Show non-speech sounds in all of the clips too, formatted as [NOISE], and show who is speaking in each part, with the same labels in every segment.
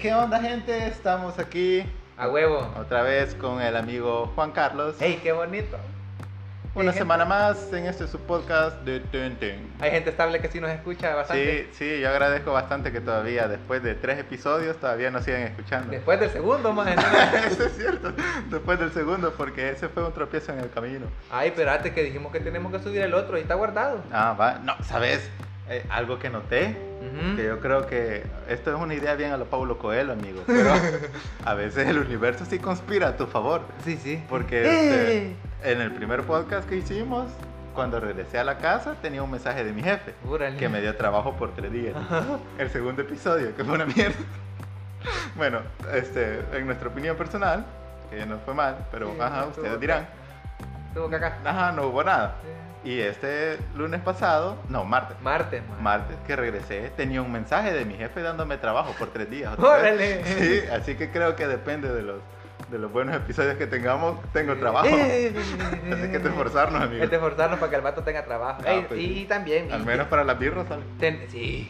Speaker 1: ¿Qué onda, gente? Estamos aquí
Speaker 2: A huevo.
Speaker 1: otra vez con el amigo Juan Carlos.
Speaker 2: ¡Ey, qué bonito!
Speaker 1: Una
Speaker 2: gente-
Speaker 1: semana más en este su podcast de Ten Ten.
Speaker 2: Hay gente estable que sí nos escucha bastante.
Speaker 1: Sí, sí, yo agradezco bastante que todavía, después de tres episodios, todavía nos sigan escuchando.
Speaker 2: Después del segundo, más
Speaker 1: [LAUGHS] Eso es cierto, después del segundo, porque ese fue un tropiezo en el camino.
Speaker 2: Ay, pero antes que dijimos que tenemos que subir el otro y está guardado.
Speaker 1: Ah, va. No, ¿sabes? Eh, algo que noté
Speaker 2: Ujú.
Speaker 1: que yo creo que esto es una idea bien a lo Paulo Coelho, amigo,
Speaker 2: [LAUGHS]
Speaker 1: pero a veces el universo sí conspira a tu favor,
Speaker 2: Sí, sí.
Speaker 1: porque
Speaker 2: ¡Eh!
Speaker 1: este, en el primer podcast que hicimos, cuando regresé a la casa, tenía un mensaje de mi jefe
Speaker 2: Órale.
Speaker 1: que me dio trabajo por tres días. El segundo episodio, que fue una mierda. Bueno, este, en nuestra opinión personal, que no fue mal, pero
Speaker 2: Sí,
Speaker 1: ajá,
Speaker 2: no estuvo
Speaker 1: ustedes
Speaker 2: mal.
Speaker 1: dirán,
Speaker 2: Tuvo que acá.
Speaker 1: ajá, no hubo nada.
Speaker 2: Sí.
Speaker 1: Y este lunes pasado, no, martes,
Speaker 2: Martes, man.
Speaker 1: martes que regresé tenía un mensaje de mi jefe dándome trabajo por tres días. otra vez.
Speaker 2: ¡Órale!
Speaker 1: Sí, así que creo que depende de los, de los buenos episodios que tengamos, tengo
Speaker 2: [LAUGHS]
Speaker 1: trabajo.
Speaker 2: Eh.
Speaker 1: Así que te esforzarnos, amigo.
Speaker 2: Hay que esforzarnos para que el vato tenga trabajo.
Speaker 1: Ah,
Speaker 2: Ey,
Speaker 1: pues
Speaker 2: y,
Speaker 1: sí.
Speaker 2: y también.
Speaker 1: Al
Speaker 2: y-
Speaker 1: menos para las birras, ¿sabes?
Speaker 2: ten- sí.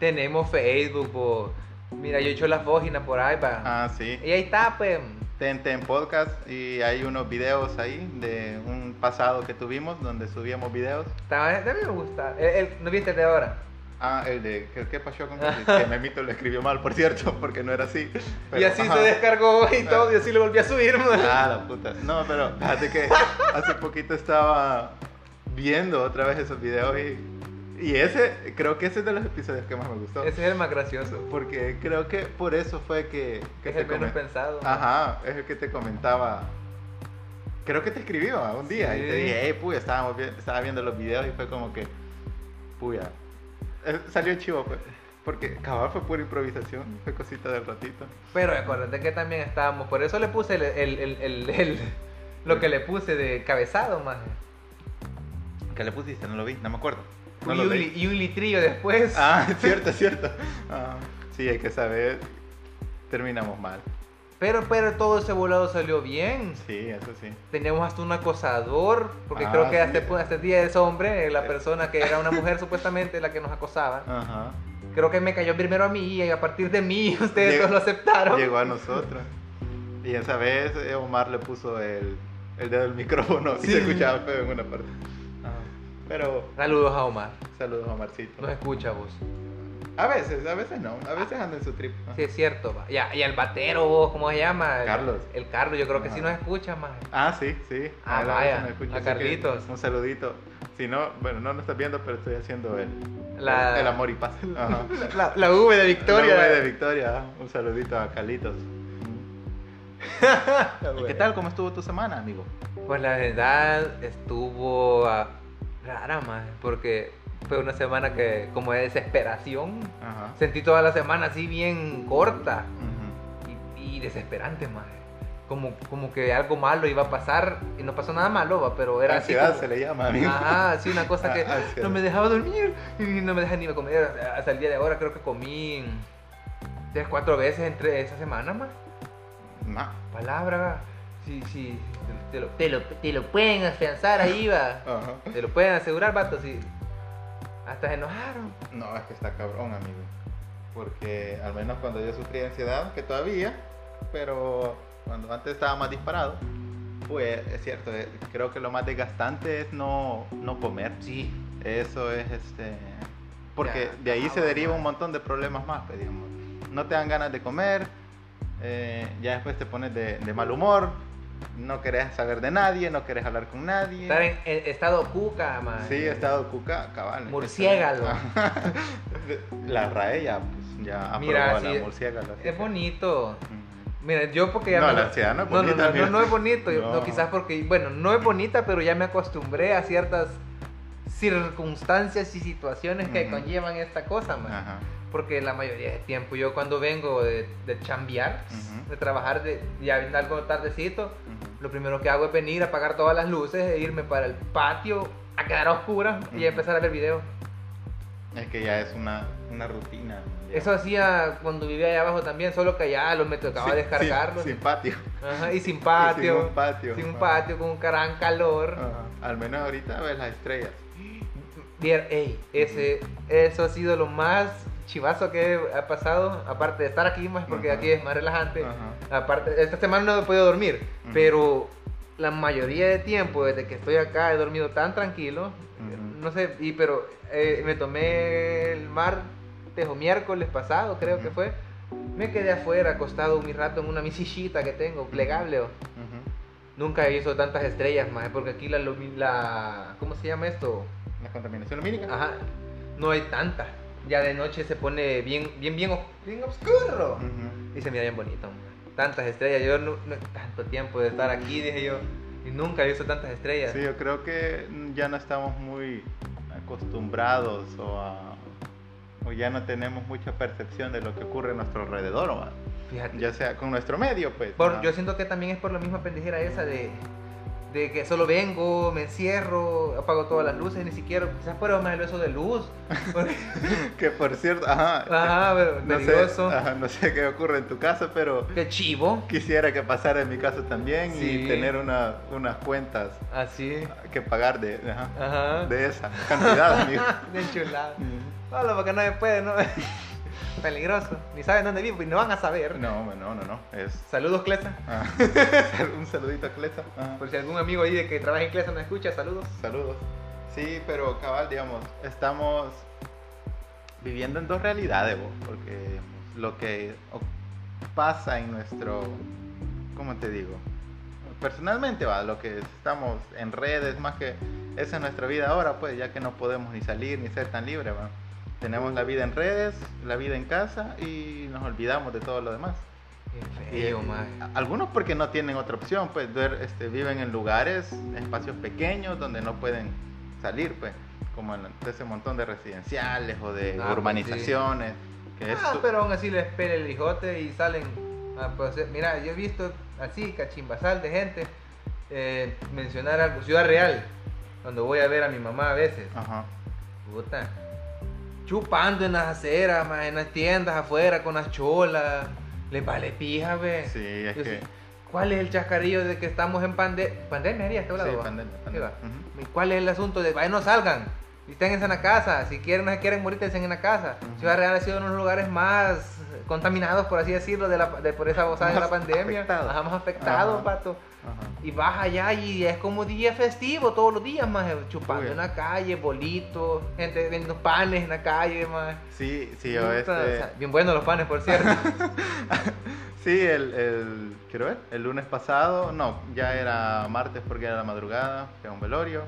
Speaker 2: Tenemos Facebook, po. Mira, yo he hecho la página por ahí, pa.
Speaker 1: Ah, sí.
Speaker 2: Y ahí está, pues.
Speaker 1: Ten Ten Podcast y hay unos videos ahí de un pasado que tuvimos donde subíamos videos.
Speaker 2: Está- También me gusta. El- el- ¿No viste el de ahora?
Speaker 1: Ah, el de ¿qué, qué pasó
Speaker 2: [LAUGHS]
Speaker 1: con que Memito lo escribió mal, por cierto, [LAUGHS] porque no era así.
Speaker 2: y
Speaker 1: Pero,
Speaker 2: así
Speaker 1: ajá.
Speaker 2: se descargó y todo,
Speaker 1: Ah.
Speaker 2: y así lo volví a subir. man.
Speaker 1: Ah, la puta. No, pero fíjate que hace poquito estaba viendo otra vez esos videos y, y ese, creo que ese es de los episodios que más me gustó.
Speaker 2: Ese es el más gracioso.
Speaker 1: Porque creo que por eso fue que, que
Speaker 2: es el menos
Speaker 1: comen-
Speaker 2: pensado.
Speaker 1: Ajá, es el que te comentaba. Creo que te escribió ah, un día y te
Speaker 2: Sí.
Speaker 1: dije, hey, puya, estábamos vi- estaba viendo los videos y fue como que, puya. Eh, Salió chivo, pues, Porque cabal fue pura improvisación, fue cosita del ratito.
Speaker 2: Pero acuérdate que también estábamos. Por eso le puse el, el- el- el- el- lo que le puse de cabezado más.
Speaker 1: ¿Qué le pusiste? No lo vi, no me acuerdo. No
Speaker 2: y,
Speaker 1: lo
Speaker 2: un,
Speaker 1: leí.
Speaker 2: li- y un litrillo después.
Speaker 1: Ah, [LAUGHS] es cierto, es cierto. Ah, sí, hay que saber. Terminamos mal.
Speaker 2: Pero, pero todo ese volado salió bien.
Speaker 1: Sí, eso sí.
Speaker 2: Teníamos hasta un acosador. Porque
Speaker 1: Ah,
Speaker 2: creo que
Speaker 1: sí. Eh.
Speaker 2: hasta, este- hasta el día de ese hombre, la persona que era
Speaker 1: [LAUGHS]
Speaker 2: una mujer supuestamente la que nos acosaba.
Speaker 1: Ajá.
Speaker 2: Creo que me cayó primero a mí y a partir de mí [LAUGHS] ustedes
Speaker 1: Llegó-
Speaker 2: todos lo aceptaron.
Speaker 1: Llegó a nosotros. Y esa vez eh, Omar le puso el, el dedo del micrófono y
Speaker 2: Sí.
Speaker 1: se escuchaba feo en una parte. Ah. Pero
Speaker 2: Saludos a Omar.
Speaker 1: saludos a Omarcito.
Speaker 2: Nos escucha vos.
Speaker 1: A veces, a veces no. A veces anda en su trip.
Speaker 2: Sí, es cierto. va. Y, a- y al batero vos, ¿cómo se llama? El-
Speaker 1: Carlos.
Speaker 2: El Carlos, yo creo que sí
Speaker 1: Ajá.
Speaker 2: nos escucha más.
Speaker 1: Ah, sí, sí.
Speaker 2: Ah,
Speaker 1: A él a
Speaker 2: vaya,
Speaker 1: veces me escucha,
Speaker 2: a
Speaker 1: así que
Speaker 2: Carlitos.
Speaker 1: Un saludito. Si no, bueno, no lo estás viendo, pero estoy haciendo el,
Speaker 2: La-
Speaker 1: el amor y [LAUGHS] paz. Ajá.
Speaker 2: La, V de
Speaker 1: Victoria. de Victoria. Un saludito a Carlitos. ¿Y ¿Qué tal? ¿Cómo estuvo tu semana, amigo?
Speaker 2: Pues la verdad estuvo ah, rara más, porque fue una semana que como de desesperación.
Speaker 1: Ajá.
Speaker 2: Sentí toda la semana así bien corta y, y desesperante más. Como, como que algo malo iba a pasar y no pasó nada malo, va, pero era así
Speaker 1: Ansiedad
Speaker 2: como-
Speaker 1: Ah, se le llama, amigo.
Speaker 2: Ajá, sí, una cosa que
Speaker 1: Ah, ansiedad.
Speaker 2: no me dejaba dormir y no me dejaba ni comer. Hasta el día de ahora creo que comí tres, cuatro veces entre esa semana más.
Speaker 1: Ma.
Speaker 2: Palabra, sí, sí, te lo, te lo, te lo pueden afianzar ahí, va.
Speaker 1: Ajá.
Speaker 2: Te lo pueden asegurar, vato, sí. Hasta se enojaron.
Speaker 1: No, es que está cabrón, amigo. Porque al menos cuando yo sufrí de ansiedad, que todavía, pero cuando antes estaba más disparado, pues es cierto, eh, creo que lo más desgastante es no, no comer.
Speaker 2: Sí,
Speaker 1: Eso es este. Porque
Speaker 2: Ya,
Speaker 1: de ahí se
Speaker 2: cabrón,
Speaker 1: deriva
Speaker 2: madre.
Speaker 1: un montón de problemas más, pues, digamos. No te dan ganas de comer, eh, ya después te pones de, de mal humor, no querés saber de nadie, no querés hablar con nadie.
Speaker 2: estar en, en estado cuca, man.
Speaker 1: Sí, he estado cuca, cabal.
Speaker 2: Murciégalo.
Speaker 1: La RAE ya, pues, ya aprobó
Speaker 2: Mira,
Speaker 1: a
Speaker 2: sí,
Speaker 1: la murciégalo. así que-
Speaker 2: Es bonito.
Speaker 1: Ujú.
Speaker 2: Mira, yo porque ya
Speaker 1: No,
Speaker 2: me-
Speaker 1: la ansiedad no es bonita,
Speaker 2: No, no,
Speaker 1: mira.
Speaker 2: no es bonito. yo-
Speaker 1: No.
Speaker 2: no, quizás porque, bueno, no es bonita, pero ya me acostumbré a ciertas circunstancias y situaciones que
Speaker 1: Ujú.
Speaker 2: conllevan esta cosa, man.
Speaker 1: Ajá.
Speaker 2: Porque la mayoría del tiempo yo cuando vengo de, de chambear,
Speaker 1: Ujú.
Speaker 2: de trabajar, de, ya viene algo tardecito,
Speaker 1: ujú.
Speaker 2: lo primero que hago es venir a apagar todas las luces e irme para el patio a quedar a oscuras y
Speaker 1: Ujú.
Speaker 2: a empezar a ver videos.
Speaker 1: Es que ya es una, una rutina. ya.
Speaker 2: Eso hacía cuando vivía allá abajo también, solo que allá los me tocaba
Speaker 1: Sí,
Speaker 2: descargarlos.
Speaker 1: sí, Sin patio.
Speaker 2: Ajá, y sin patio.
Speaker 1: Sin un patio.
Speaker 2: Sin un
Speaker 1: Ajá.
Speaker 2: patio, con un gran calor.
Speaker 1: Ajá. Al menos ahorita ves las estrellas.
Speaker 2: Vier- ey, ese, eso ha sido lo más chivazo que ha pasado, aparte de estar aquí más, porque
Speaker 1: Ajá.
Speaker 2: aquí es más relajante,
Speaker 1: Ajá.
Speaker 2: aparte, esta semana no he podido dormir,
Speaker 1: Ujú.
Speaker 2: pero la mayoría de tiempo desde que estoy acá he dormido tan tranquilo,
Speaker 1: Ujú.
Speaker 2: no sé, y pero eh, me tomé el martes o miércoles pasado, creo que
Speaker 1: Ujú.
Speaker 2: fue, me quedé afuera acostado un rato en una misillita que tengo, plegable. o-
Speaker 1: Ujú.
Speaker 2: Nunca he visto tantas estrellas, más porque aquí la, lumi- la... ¿Cómo se llama esto?
Speaker 1: La contaminación lumínica.
Speaker 2: Ajá, no hay tantas. Ya de noche se pone bien, bien, bien, os- bien oscuro.
Speaker 1: Ujú.
Speaker 2: Y se mira bien bonito, hombre. Tantas estrellas, yo no, no- tanto tiempo de estar aquí, dije yo, y nunca he visto tantas estrellas.
Speaker 1: Sí, yo creo que ya no estamos muy acostumbrados o, a- o ya no tenemos mucha percepción de lo que ocurre a nuestro alrededor, ¿va?
Speaker 2: Fíjate.
Speaker 1: ya sea con nuestro medio, pues.
Speaker 2: Por-
Speaker 1: ¿va?
Speaker 2: Yo siento que también es por la misma pendejera esa de, de que solo vengo, me encierro, apago todas las luces, ni siquiera, quizás por eso me lo eso de luz. Porque-
Speaker 1: Que por cierto, ajá,
Speaker 2: ajá, pero
Speaker 1: [LAUGHS] no, sé,
Speaker 2: peligroso.
Speaker 1: ajá, no sé qué ocurre en tu casa, pero
Speaker 2: Qué chivo.
Speaker 1: quisiera que pasara en mi caso también
Speaker 2: Sí.
Speaker 1: y tener una- unas cuentas
Speaker 2: Así.
Speaker 1: que pagar de, ajá,
Speaker 2: Ajá.
Speaker 1: de esa cantidad,
Speaker 2: [LAUGHS]
Speaker 1: amigo.
Speaker 2: De chulada. Solo porque no se puede, ¿no? [LAUGHS] Peligroso. Ni saben dónde vivo y no van a saber.
Speaker 1: No, hombre, no, no, no, es...
Speaker 2: Saludos, Clesa.
Speaker 1: ah, [LAUGHS] un saludito a Clesa. ajá.
Speaker 2: Por si algún amigo ahí de que trabaja en Clesa no escucha, saludos.
Speaker 1: Saludos. Sí, pero cabal, digamos, estamos viviendo en dos realidades, vos, porque digamos, lo que o- pasa en nuestro, ¿cómo te digo? Personalmente va, lo que estamos en redes, más que esa es nuestra vida ahora, pues ya que no podemos ni salir ni ser tan libres, va. Tenemos la vida en redes, la vida en casa y nos olvidamos de todo lo demás.
Speaker 2: Qué feo,
Speaker 1: Eh,
Speaker 2: mae.
Speaker 1: a- Algunos porque no tienen otra opción, pues ver, este, viven en lugares, espacios pequeños donde no pueden salir, pues, como en de ese montón de residenciales o de
Speaker 2: Ah, pues,
Speaker 1: urbanizaciones. Que es
Speaker 2: Ah,
Speaker 1: tu-
Speaker 2: pero aún así les pele el hijote y salen. a pasear. mira, yo he visto así, cachimbasal de gente eh, mencionar algo. Ciudad Real, cuando voy a ver a mi mamá a veces.
Speaker 1: Ajá.
Speaker 2: Puta. Chupando en las aceras, más en las tiendas afuera con las cholas. Les vale pija, ve. [LAUGHS]
Speaker 1: Sí, es
Speaker 2: Yo
Speaker 1: que.
Speaker 2: sí. ¿Cuál es el chascarillo de que estamos en pande pandemia? Arias, ¿Te hablaba?
Speaker 1: sí, pandemia, pandemia.
Speaker 2: va?
Speaker 1: Ujú,
Speaker 2: ¿Cuál es el asunto de vaya no salgan? Estén en la casa, si quieren no se quieren morir, estén en la casa.
Speaker 1: Ujú.
Speaker 2: Ciudad Real ha sido uno de los lugares más contaminados, por así decirlo, de, la, de- por esa gozada de la
Speaker 1: Más
Speaker 2: pandemia.
Speaker 1: afectados.
Speaker 2: Ajá, más afectados,
Speaker 1: Ajá.
Speaker 2: pato.
Speaker 1: ajá.
Speaker 2: Y vas allá y es como día festivo todos los días, más eh, chupando
Speaker 1: Uy.
Speaker 2: en la calle, bolitos, gente vendiendo panes en la calle, más.
Speaker 1: Sí, sí, yo este.
Speaker 2: bien buenos los panes, por cierto.
Speaker 1: [LAUGHS] Sí, el, el- quiero ver, el lunes pasado, no, ya era martes porque era la madrugada, era un velorio,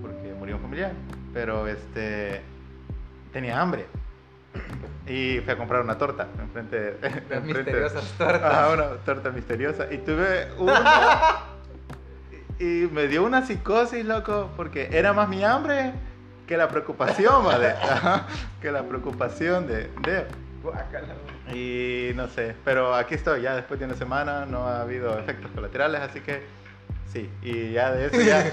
Speaker 1: porque murió un familiar, pero este, tenía hambre [CLEARS THROAT] y fui a comprar una torta enfrente de...
Speaker 2: Las
Speaker 1: [LAUGHS] enfrente-
Speaker 2: misteriosas tortas.
Speaker 1: Ajá, una torta misteriosa y tuve uno
Speaker 2: [LAUGHS]
Speaker 1: y y me dio una psicosis, loco, porque era más mi hambre que la preocupación, ¿vale? [LAUGHS] Ajá, que la preocupación de- de
Speaker 2: Guácala.
Speaker 1: y no sé, pero aquí estoy, ya después de una semana no ha habido efectos colaterales, así que sí, y ya de eso
Speaker 2: [LAUGHS]
Speaker 1: ya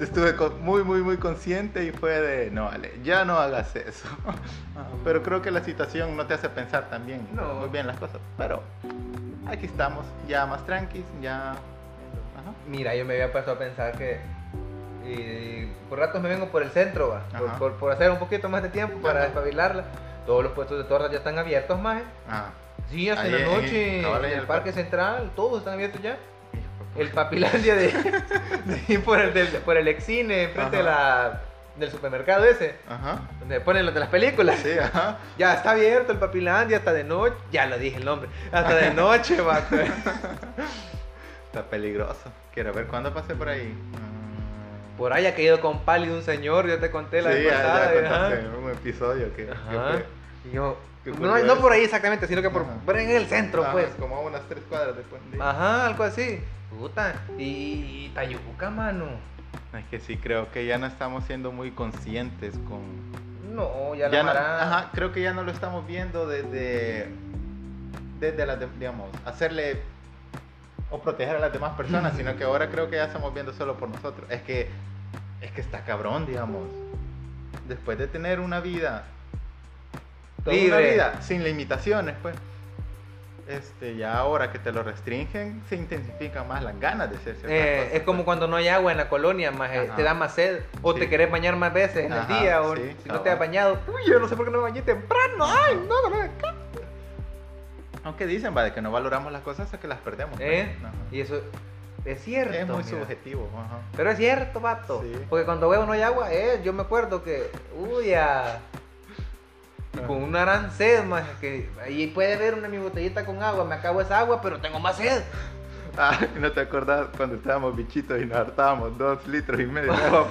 Speaker 1: estuve co- muy, muy, muy consciente y fue de, no, Ale, ya no hagas eso. [LAUGHS] pero creo que la situación no te hace pensar también
Speaker 2: No.
Speaker 1: muy bien las cosas, pero aquí estamos, ya más tranquis, ya... Ajá.
Speaker 2: Mira, yo me había puesto a pensar que eh, por ratos me vengo por el centro, va, por,
Speaker 1: Ajá.
Speaker 2: por- por hacer un poquito más de tiempo para
Speaker 1: Ajá.
Speaker 2: despabilarla. Todos los puestos de tortas ya están abiertos, más.
Speaker 1: Ah,
Speaker 2: Sí, hasta
Speaker 1: Ahí
Speaker 2: la
Speaker 1: en-
Speaker 2: noche, en,
Speaker 1: cabal, ahí
Speaker 2: el,
Speaker 1: en el
Speaker 2: parque
Speaker 1: parque.
Speaker 2: central, todos están abiertos ya.
Speaker 1: hijo.
Speaker 2: El papilandia de, [LAUGHS] de- por, el, del- por el excine, enfrente de la, del supermercado ese,
Speaker 1: Ajá.
Speaker 2: donde ponen los de las películas.
Speaker 1: Sí, ajá.
Speaker 2: Ya está abierto el papilandia hasta de noche. Ya lo dije el nombre, hasta
Speaker 1: [LAUGHS]
Speaker 2: de noche, va.
Speaker 1: Está peligroso. Quiero ver cuándo pasé por ahí. Mm.
Speaker 2: Por ahí ha caído con pali de un señor, yo te conté la
Speaker 1: sí,
Speaker 2: vez
Speaker 1: ya-
Speaker 2: pasada,
Speaker 1: ya,
Speaker 2: ajá.
Speaker 1: contaste un episodio que, que
Speaker 2: Ajá.
Speaker 1: fue-
Speaker 2: Y yo,
Speaker 1: Qué
Speaker 2: no,
Speaker 1: curioso.
Speaker 2: no por ahí exactamente, sino que por,
Speaker 1: Ajá.
Speaker 2: por en el centro,
Speaker 1: Ajá,
Speaker 2: pues. Ah.
Speaker 1: Como a unas tres cuadras después. de-
Speaker 2: Ajá, algo así. Puta. Y, y Tayuca, mano.
Speaker 1: Es que sí, creo que ya no estamos siendo muy conscientes con...
Speaker 2: No, ya,
Speaker 1: Ya
Speaker 2: la
Speaker 1: no-
Speaker 2: mara-
Speaker 1: ajá, creo que ya no lo estamos viendo desde... Desde las, de- digamos, hacerle o proteger a las demás personas, sino que ahora creo que ya estamos viendo solo por nosotros. Es que, es que está cabrón, digamos. Después de tener una vida, toda una
Speaker 2: Libre.
Speaker 1: vida sin limitaciones, pues, este, ya ahora que te lo restringen, se intensifican más las ganas de hacer ciertas
Speaker 2: Eh,
Speaker 1: cosas,
Speaker 2: es como
Speaker 1: pues.
Speaker 2: cuando no hay agua en la colonia, más eh,
Speaker 1: Ajá.
Speaker 2: te da más sed, o
Speaker 1: Sí.
Speaker 2: te querés bañar más veces en
Speaker 1: Ajá,
Speaker 2: el día, o
Speaker 1: sí, Ah,
Speaker 2: si no te
Speaker 1: cabal.
Speaker 2: has bañado, uy, yo no sé por qué no me bañé temprano, ay, no, no, no.
Speaker 1: Aunque dicen, va, de que no valoramos las cosas hasta que las perdemos. pues.
Speaker 2: ¿Eh?
Speaker 1: Ajá.
Speaker 2: Y eso es cierto.
Speaker 1: Es muy
Speaker 2: mira.
Speaker 1: subjetivo. ajá.
Speaker 2: Pero es cierto, vato.
Speaker 1: Sí.
Speaker 2: Porque cuando huevo no hay agua, eh, yo me acuerdo que, uy, ah, y con una gran sed, más que ahí puede haber una mi botellita con agua, me acabo esa agua, pero tengo más sed.
Speaker 1: Ah, ¿no te acordás cuando estábamos bichitos y nos hartábamos dos litros y
Speaker 2: [LAUGHS]
Speaker 1: medio? de agua?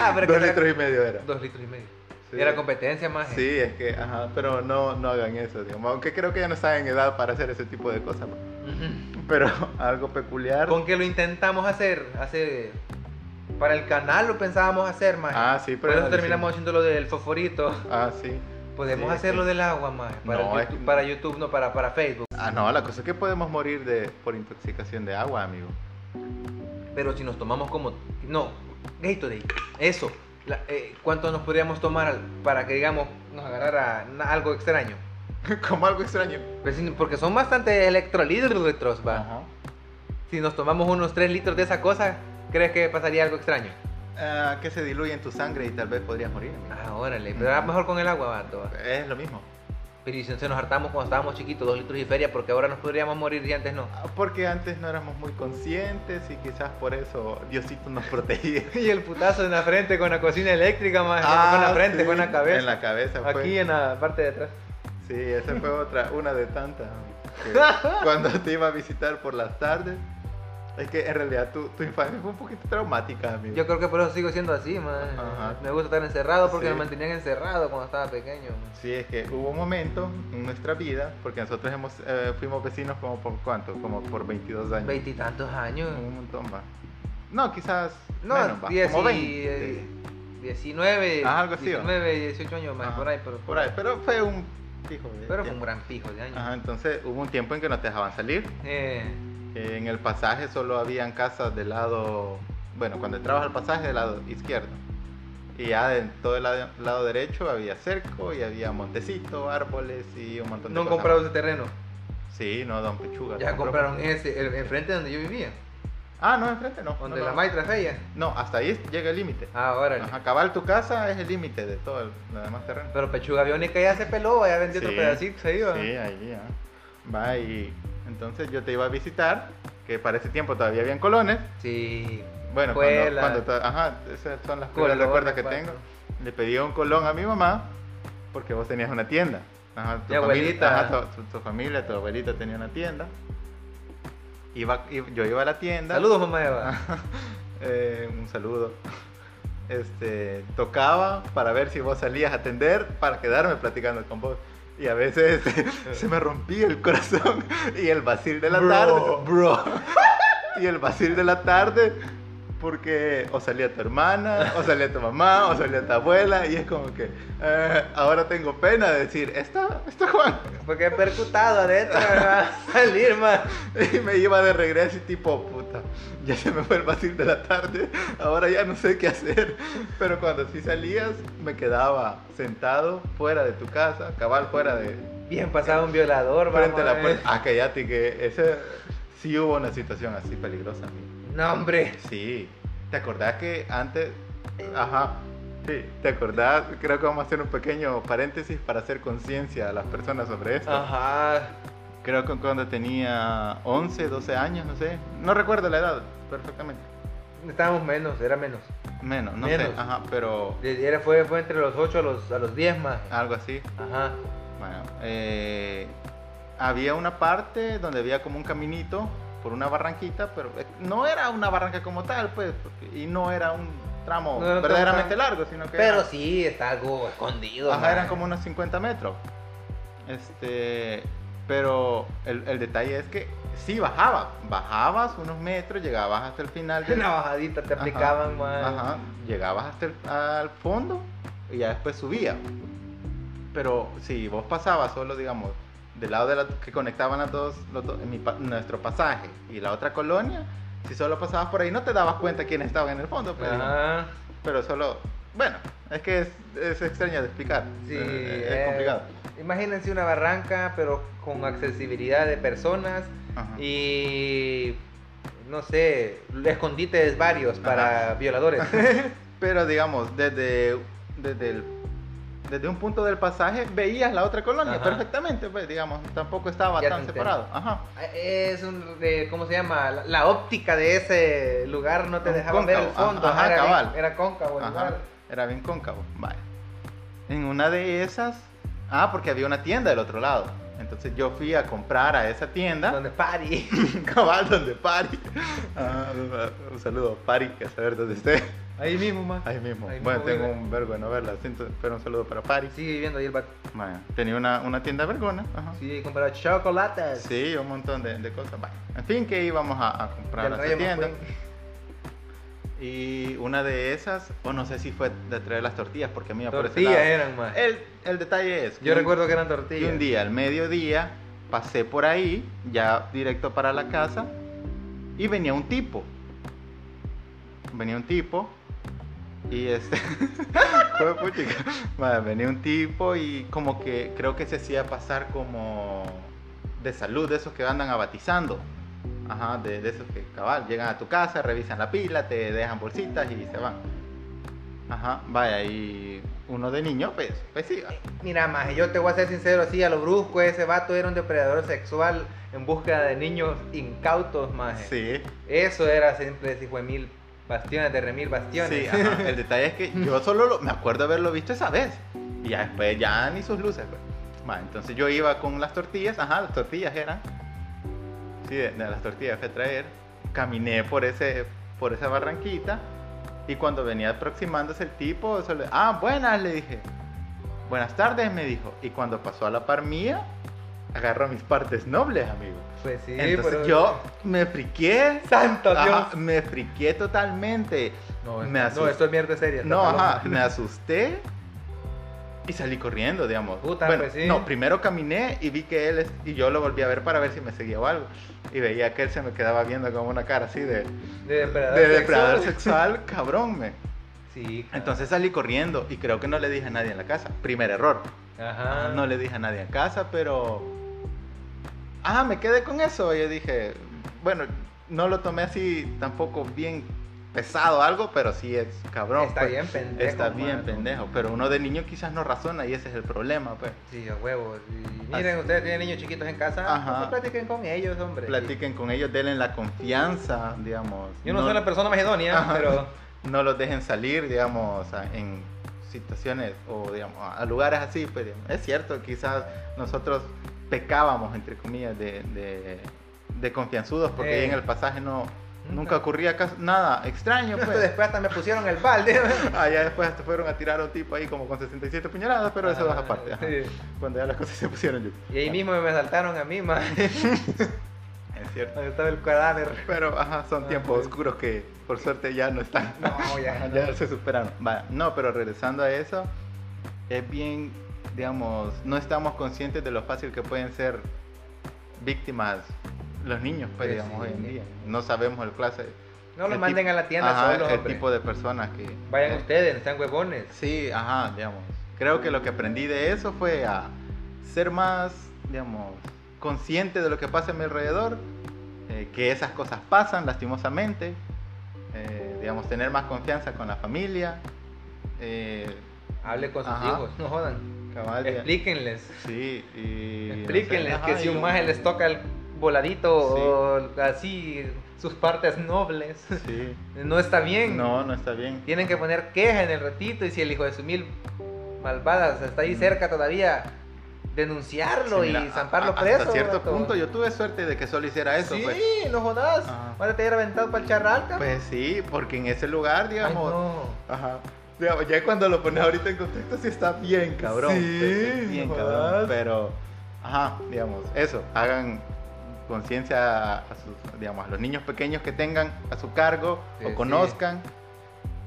Speaker 2: Ah, pero
Speaker 1: dos
Speaker 2: que era-
Speaker 1: litros y medio era.
Speaker 2: dos litros y medio.
Speaker 1: Sí.
Speaker 2: Era competencia más.
Speaker 1: Sí, es que, ajá, pero no, no hagan eso, digamos. Aunque creo que ya no están en edad para hacer ese tipo de cosas. ¿no? Pero [LAUGHS] algo peculiar.
Speaker 2: Con que lo intentamos hacer, hace para el canal lo pensábamos hacer, más.
Speaker 1: Ah, sí, pero.
Speaker 2: Por eso
Speaker 1: sí.
Speaker 2: terminamos haciendo lo del fosforito.
Speaker 1: Ah, sí.
Speaker 2: Podemos
Speaker 1: Sí, es
Speaker 2: hacer lo
Speaker 1: que-
Speaker 2: del agua, más. Para,
Speaker 1: No,
Speaker 2: el
Speaker 1: es que-
Speaker 2: YouTube, para YouTube, no, para, para Facebook.
Speaker 1: Ah, no, la cosa es que podemos morir de, por intoxicación de agua, amigo. [LAUGHS]
Speaker 2: Pero si nos tomamos como. No, Gatorade. Eso. La- eh, ¿Cuánto nos podríamos tomar al- para que, digamos, nos agarrara na- algo extraño?
Speaker 1: Como algo extraño.
Speaker 2: Pues sí, Porque son bastante electrolitos, va.
Speaker 1: Ajá.
Speaker 2: Si nos tomamos unos 3 litros de esa cosa, ¿crees que pasaría algo extraño?
Speaker 1: Ah, que se diluye en tu sangre y tal vez podrías morir, amigo.
Speaker 2: Ah, órale. Pero era
Speaker 1: Ujú.
Speaker 2: mejor con el agua, vato. va.
Speaker 1: Es lo mismo.
Speaker 2: Pero y si se nos hartamos cuando estábamos chiquitos, dos litros y feria, porque ahora nos podríamos morir y antes no. [LAUGHS]
Speaker 1: Ah, Porque antes no éramos muy conscientes y quizás por eso Diosito nos [LAUGHS] protegía.
Speaker 2: Y el putazo en la frente con la cocina eléctrica, más. con la frente,
Speaker 1: Ah, sí,
Speaker 2: con Ah, la pues. cabeza.
Speaker 1: En la cabeza, fue.
Speaker 2: Aquí en la parte de atrás.
Speaker 1: Sí, esa fue otra, una de tantas. que
Speaker 2: [LAUGHS]
Speaker 1: cuando te iba a visitar por las tardes, es que en realidad tu, tu infancia fue un poquito traumática, amigo.
Speaker 2: Yo creo que por eso sigo siendo así, man.
Speaker 1: Ajá.
Speaker 2: Me gusta estar encerrado porque
Speaker 1: Sí.
Speaker 2: me mantenían encerrado cuando estaba pequeño. man.
Speaker 1: Sí, es que hubo un momento en nuestra vida, porque nosotros hemos, eh, fuimos vecinos como por cuánto, como por 22 años.
Speaker 2: Veintitantos años.
Speaker 1: Un montón, va. No, quizás. menos,
Speaker 2: No,
Speaker 1: va,
Speaker 2: diez
Speaker 1: como 20.
Speaker 2: y... eh, Diecinueve,
Speaker 1: Ah, algo así, ¿o?
Speaker 2: 19, 18 años más,
Speaker 1: Ajá,
Speaker 2: por ahí, pero,
Speaker 1: Por ahí, pero fue un. Hijo de
Speaker 2: pero fue un
Speaker 1: tiempo.
Speaker 2: gran pijo de años.
Speaker 1: Ajá, entonces hubo un tiempo en que no te dejaban salir.
Speaker 2: Eh,
Speaker 1: Eh, En el pasaje solo habían casas del lado, bueno, cuando entrabas al pasaje del lado izquierdo. Y ya de todo el lado, lado derecho había cerco y había montecito, árboles y un montón de
Speaker 2: no han
Speaker 1: cosas.
Speaker 2: comprado ese terreno.
Speaker 1: más. Sí, no, Don Pechuga.
Speaker 2: Ya
Speaker 1: compró.
Speaker 2: compraron ese, el- enfrente de donde yo vivía,
Speaker 1: Ah, no, enfrente no.
Speaker 2: donde
Speaker 1: no,
Speaker 2: la
Speaker 1: no.
Speaker 2: maitra feia.
Speaker 1: No, hasta ahí llega el límite.
Speaker 2: Ah, órale.
Speaker 1: Ajá, cabal tu casa es el límite de todo el, lo demás terreno.
Speaker 2: Pero Pechuga Biónica ya se peló, ya vendió
Speaker 1: Sí.
Speaker 2: otro pedacito, se iba.
Speaker 1: Sí, ahí ya. Va y entonces yo te iba a visitar, que para ese tiempo todavía habían colones.
Speaker 2: Sí.
Speaker 1: Bueno, cuando,
Speaker 2: Escuela.
Speaker 1: cuando to- ajá, esas son las primeras
Speaker 2: Colón,
Speaker 1: recuerdas que
Speaker 2: cuatro.
Speaker 1: tengo. Le pedí un colón a mi mamá porque vos tenías una tienda. Ajá, tu
Speaker 2: Mi abuelita.
Speaker 1: Familia, ajá, tu, tu- tu familia, tu abuelita tenía una tienda. Iba, i- yo iba a la tienda.
Speaker 2: Saludos, mamá
Speaker 1: Ah.
Speaker 2: Eva.
Speaker 1: eh, un saludo. Este, tocaba para ver si vos salías a atender para quedarme platicando con vos. Y a veces [LAUGHS] se me rompía el corazón y el vacil de la
Speaker 2: Bro.
Speaker 1: tarde. Bro. [LAUGHS] Y el vacil de la tarde porque o salía tu hermana, o salía tu mamá, o salía tu abuela. Y es como que eh, ahora tengo pena de decir, está, está Juan.
Speaker 2: Porque he percutado adentro, me va a salir, man.
Speaker 1: Y me iba de regreso y tipo, puta, ya se me fue el vacil de la tarde, ahora ya no sé qué hacer. Pero cuando sí salías, me quedaba sentado fuera de tu casa, cabal fuera de...
Speaker 2: Bien pasado un violador, vamos eh.
Speaker 1: frente a la
Speaker 2: ver.
Speaker 1: puerta. Ah, cállate, que ese... Sí hubo una situación así peligrosa. amigo.
Speaker 2: No, hombre.
Speaker 1: Sí. ¿Te acordás que antes... Ajá. Sí, ¿te acordás? Creo que vamos a hacer un pequeño paréntesis para hacer conciencia a las personas sobre esto.
Speaker 2: Ajá.
Speaker 1: Creo que cuando tenía 11, 12 años, no sé. No recuerdo la edad perfectamente.
Speaker 2: Estábamos menos, era menos.
Speaker 1: Menos, no
Speaker 2: Menos.
Speaker 1: sé. Ajá, pero
Speaker 2: De- Era, fue, fue entre los 8 a los, a los 10 más.
Speaker 1: algo así.
Speaker 2: Ajá.
Speaker 1: Bueno, eh, había una parte donde había como un caminito por una barranquita, pero eh, no era una barranca como tal, pues. porque- y no era un tramo
Speaker 2: No era un tramo
Speaker 1: verdaderamente
Speaker 2: tan-
Speaker 1: largo, sino que.
Speaker 2: Pero
Speaker 1: era-
Speaker 2: sí, está algo escondido.
Speaker 1: Ajá,
Speaker 2: man.
Speaker 1: eran
Speaker 2: [LAUGHS]
Speaker 1: como unos 50 metros. Este, pero el, el detalle es que sí bajaba, bajabas unos metros, llegabas hasta el final del,
Speaker 2: Una bajadita te
Speaker 1: Ajá.
Speaker 2: aplicaban, man.
Speaker 1: Ajá, llegabas hasta el al fondo y ya después subía. Pero si vos pasabas solo, digamos, del lado de la, que conectaban a dos, los dos- mi pa- nuestro pasaje y la otra colonia, si solo pasabas por ahí no te dabas cuenta quiénes estaban en el fondo. pues, Pero,
Speaker 2: Ajá.
Speaker 1: pero solo, bueno, es que es, es extraño de explicar.
Speaker 2: Sí,
Speaker 1: eh, es,
Speaker 2: eh,
Speaker 1: complicado.
Speaker 2: imagínense una barranca, pero con accesibilidad de personas
Speaker 1: Ajá.
Speaker 2: y no sé, escondites varios para [LAUGHS] violadores.
Speaker 1: Pero digamos, desde, desde, el- desde un punto del pasaje veías la otra colonia
Speaker 2: Ajá.
Speaker 1: perfectamente, pues digamos, tampoco estaba
Speaker 2: Ya te
Speaker 1: tan
Speaker 2: entiendo.
Speaker 1: separado. Ajá.
Speaker 2: es un, eh, ¿cómo se llama? La, la óptica de ese lugar no te
Speaker 1: Un
Speaker 2: dejaba ver el
Speaker 1: cóncavo,
Speaker 2: fondo.
Speaker 1: ajá,
Speaker 2: era,
Speaker 1: cabal.
Speaker 2: bien- era cóncavo el
Speaker 1: Ajá,
Speaker 2: lugar.
Speaker 1: Era bien cóncavo. Vaya. En una de esas. Ah, porque había una tienda del otro lado. Entonces yo fui a comprar a esa tienda. [LAUGHS]
Speaker 2: Donde party.
Speaker 1: Cabal, donde Pari. Ah, un saludo a Pari, que a saber dónde esté.
Speaker 2: Ahí mismo, más.
Speaker 1: Ahí mismo.
Speaker 2: Ahí
Speaker 1: bueno,
Speaker 2: mismo
Speaker 1: tengo
Speaker 2: vive.
Speaker 1: un vergo de novela, pero un saludo para Pari.
Speaker 2: Sigue viviendo ahí el vato.
Speaker 1: Vaya, Tenía una, una tienda vergona. Ajá.
Speaker 2: Sí, compraba chocolates.
Speaker 1: Sí, un montón de, de cosas. Vaya. En fin, que íbamos a, a comprar
Speaker 2: Del
Speaker 1: a
Speaker 2: Rayo
Speaker 1: esa tienda.
Speaker 2: McQueen.
Speaker 1: Y una de esas, o no sé si fue de traer las tortillas, porque a mí me parece.
Speaker 2: Tortillas eran más.
Speaker 1: El, el detalle es. que
Speaker 2: Yo
Speaker 1: un-
Speaker 2: recuerdo que eran
Speaker 1: Eh, Y
Speaker 2: tortillas.
Speaker 1: un día, al mediodía, pasé por ahí, ya directo para la casa, y venía un tipo. Venía un tipo, y este. [LAUGHS] Joder, puchica. Madre, venía un tipo y como que creo que se hacía pasar como de salud, de esos que andan abatizando. Ajá, de, de esos que cabal, llegan a tu casa, revisan la pila, te dejan bolsitas y se van. Ajá, vaya, y uno de niño, pues, pues sí.
Speaker 2: Mira, más, yo te voy a ser sincero, así a lo brusco, ese vato era un depredador sexual en búsqueda de niños incautos, más.
Speaker 1: Sí.
Speaker 2: Eso era siempre ese hijo de mil bastiones, de remil bastiones. [LAUGHS]
Speaker 1: Sí, ajá. el detalle es que yo solo lo- me acuerdo haberlo visto esa vez. Y ya después ya ni sus luces. pues. Ma, entonces yo iba con las tortillas, ajá, las tortillas eran. Sí, de, de las tortillas fui a traer. Caminé por, ese, por esa barranquita. Y cuando venía aproximándose el tipo, se le- ah, buenas, le dije. Buenas tardes, me dijo. Y cuando pasó a la par mía, agarró mis partes nobles, amigo.
Speaker 2: Pues sí,
Speaker 1: Entonces
Speaker 2: pero-
Speaker 1: yo me friqué.
Speaker 2: [LAUGHS] ¡Santo Dios!
Speaker 1: Ajá, me friqué totalmente.
Speaker 2: No,
Speaker 1: me
Speaker 2: esto- no,
Speaker 1: asusté.
Speaker 2: esto es mierda seria.
Speaker 1: No,
Speaker 2: esta paloma.
Speaker 1: ajá, [LAUGHS] me asusté y salí corriendo, digamos.
Speaker 2: Puta,
Speaker 1: Bueno,
Speaker 2: pues sí.
Speaker 1: No, primero caminé y vi que él es- y yo lo volví a ver para ver si me seguía o algo. Y veía que él se me quedaba viendo con una cara así de,
Speaker 2: De depredador,
Speaker 1: de depredador
Speaker 2: sexual. [LAUGHS]
Speaker 1: sexual, cabrón, me.
Speaker 2: Sí. claro.
Speaker 1: Entonces salí corriendo y creo que no le dije a nadie en la casa. Primer error.
Speaker 2: Ajá.
Speaker 1: No le dije a nadie en casa, pero. Ah, me quedé con eso. Yo dije, bueno, no lo tomé así tampoco bien pesado algo, pero sí es cabrón.
Speaker 2: Está
Speaker 1: pues.
Speaker 2: bien pendejo.
Speaker 1: Está bien,
Speaker 2: mano.
Speaker 1: pendejo. Pero uno de niño quizás no razona y ese es el problema, pues.
Speaker 2: Sí, a huevos. Y miren, ustedes tienen niños chiquitos en casa.
Speaker 1: Ajá.
Speaker 2: pues platiquen con ellos, hombre.
Speaker 1: Platiquen con ellos, denle la confianza, digamos.
Speaker 2: Yo no, soy la persona más idónea,
Speaker 1: Ajá. [LAUGHS]
Speaker 2: pero. [LAUGHS]
Speaker 1: no los dejen salir, digamos, a- en situaciones o, digamos, a a lugares así. Pues, digamos. Es cierto, quizás nosotros pecábamos, entre comillas, de, de, de confianzudos porque
Speaker 2: Eh.
Speaker 1: ahí en el pasaje no,
Speaker 2: Nunca.
Speaker 1: nunca ocurría cas- nada
Speaker 2: [LAUGHS]
Speaker 1: extraño, pues.
Speaker 2: Después hasta me pusieron el balde.
Speaker 1: Allá después hasta fueron a tirar a un tipo ahí como con 67 puñaladas, [LAUGHS] pero eso es
Speaker 2: Ajá,
Speaker 1: aparte. ajá.
Speaker 2: Ah, sí.
Speaker 1: Cuando ya las cosas se pusieron yo.
Speaker 2: Y ahí mismo me asaltaron a mí, [LAUGHS] man.
Speaker 1: Es cierto.
Speaker 2: Donde estaba el cadáver.
Speaker 1: Pero ajá, son
Speaker 2: Ah,
Speaker 1: tiempos
Speaker 2: pues.
Speaker 1: oscuros que por suerte ya no
Speaker 2: [LAUGHS]
Speaker 1: están.
Speaker 2: No, ya.
Speaker 1: Ajá, ya se superaron. Vaya, no, pero regresando a eso, es bien, digamos, no estamos conscientes de lo fácil que pueden ser víctimas los niños, pues,
Speaker 2: Sí,
Speaker 1: digamos,
Speaker 2: sí,
Speaker 1: hoy en
Speaker 2: sí.
Speaker 1: día. No sabemos el clase.
Speaker 2: No los
Speaker 1: el
Speaker 2: manden
Speaker 1: tip-
Speaker 2: a la tienda
Speaker 1: ajá,
Speaker 2: solos,
Speaker 1: el
Speaker 2: hombre.
Speaker 1: tipo de personas que.
Speaker 2: Vayan
Speaker 1: eh,
Speaker 2: ustedes, no sean huevones.
Speaker 1: Sí, ajá, digamos. Creo que lo que aprendí de eso fue a ser más, digamos, consciente de lo que pasa a mi alrededor, eh, que esas cosas pasan lastimosamente, eh, digamos, tener más confianza con la familia, eh,
Speaker 2: Hable con sus
Speaker 1: Ajá.
Speaker 2: hijos, no jodan.
Speaker 1: cabal, ya-
Speaker 2: Explíquenles.
Speaker 1: Sí, y... no sé,
Speaker 2: Explíquenles
Speaker 1: ajá,
Speaker 2: que
Speaker 1: y
Speaker 2: si un
Speaker 1: lo-
Speaker 2: maje les toca el voladito
Speaker 1: Sí.
Speaker 2: o así sus partes nobles, [LAUGHS]
Speaker 1: Sí.
Speaker 2: no está bien.
Speaker 1: No, no está bien.
Speaker 2: Tienen que poner queja en el ratito y si el hijo de su mil malvadas está ahí
Speaker 1: Mm. cerca
Speaker 2: cerca todavía, denunciarlo
Speaker 1: Sí, mira,
Speaker 2: y zamparlo
Speaker 1: a- a-
Speaker 2: preso.
Speaker 1: Hasta cierto punto yo tuve suerte de que solo hiciera eso.
Speaker 2: Sí,
Speaker 1: Pues.
Speaker 2: no jodas.
Speaker 1: Ajá.
Speaker 2: Ahora te hubiera aventado para el charral, cabrón.
Speaker 1: Pues sí, porque en ese lugar,
Speaker 2: Ay,
Speaker 1: digamos...
Speaker 2: no.
Speaker 1: Ajá. Digamos, ya cuando lo pones ahorita en contexto, sí está bien, cabrón.
Speaker 2: Sí,
Speaker 1: Pues, bien,
Speaker 2: no
Speaker 1: cabrón.
Speaker 2: jodas.
Speaker 1: Pero, ajá, digamos, eso. Hagan conciencia a, a sus, digamos, a los niños pequeños que tengan a su cargo
Speaker 2: Sí,
Speaker 1: o
Speaker 2: sí.
Speaker 1: conozcan.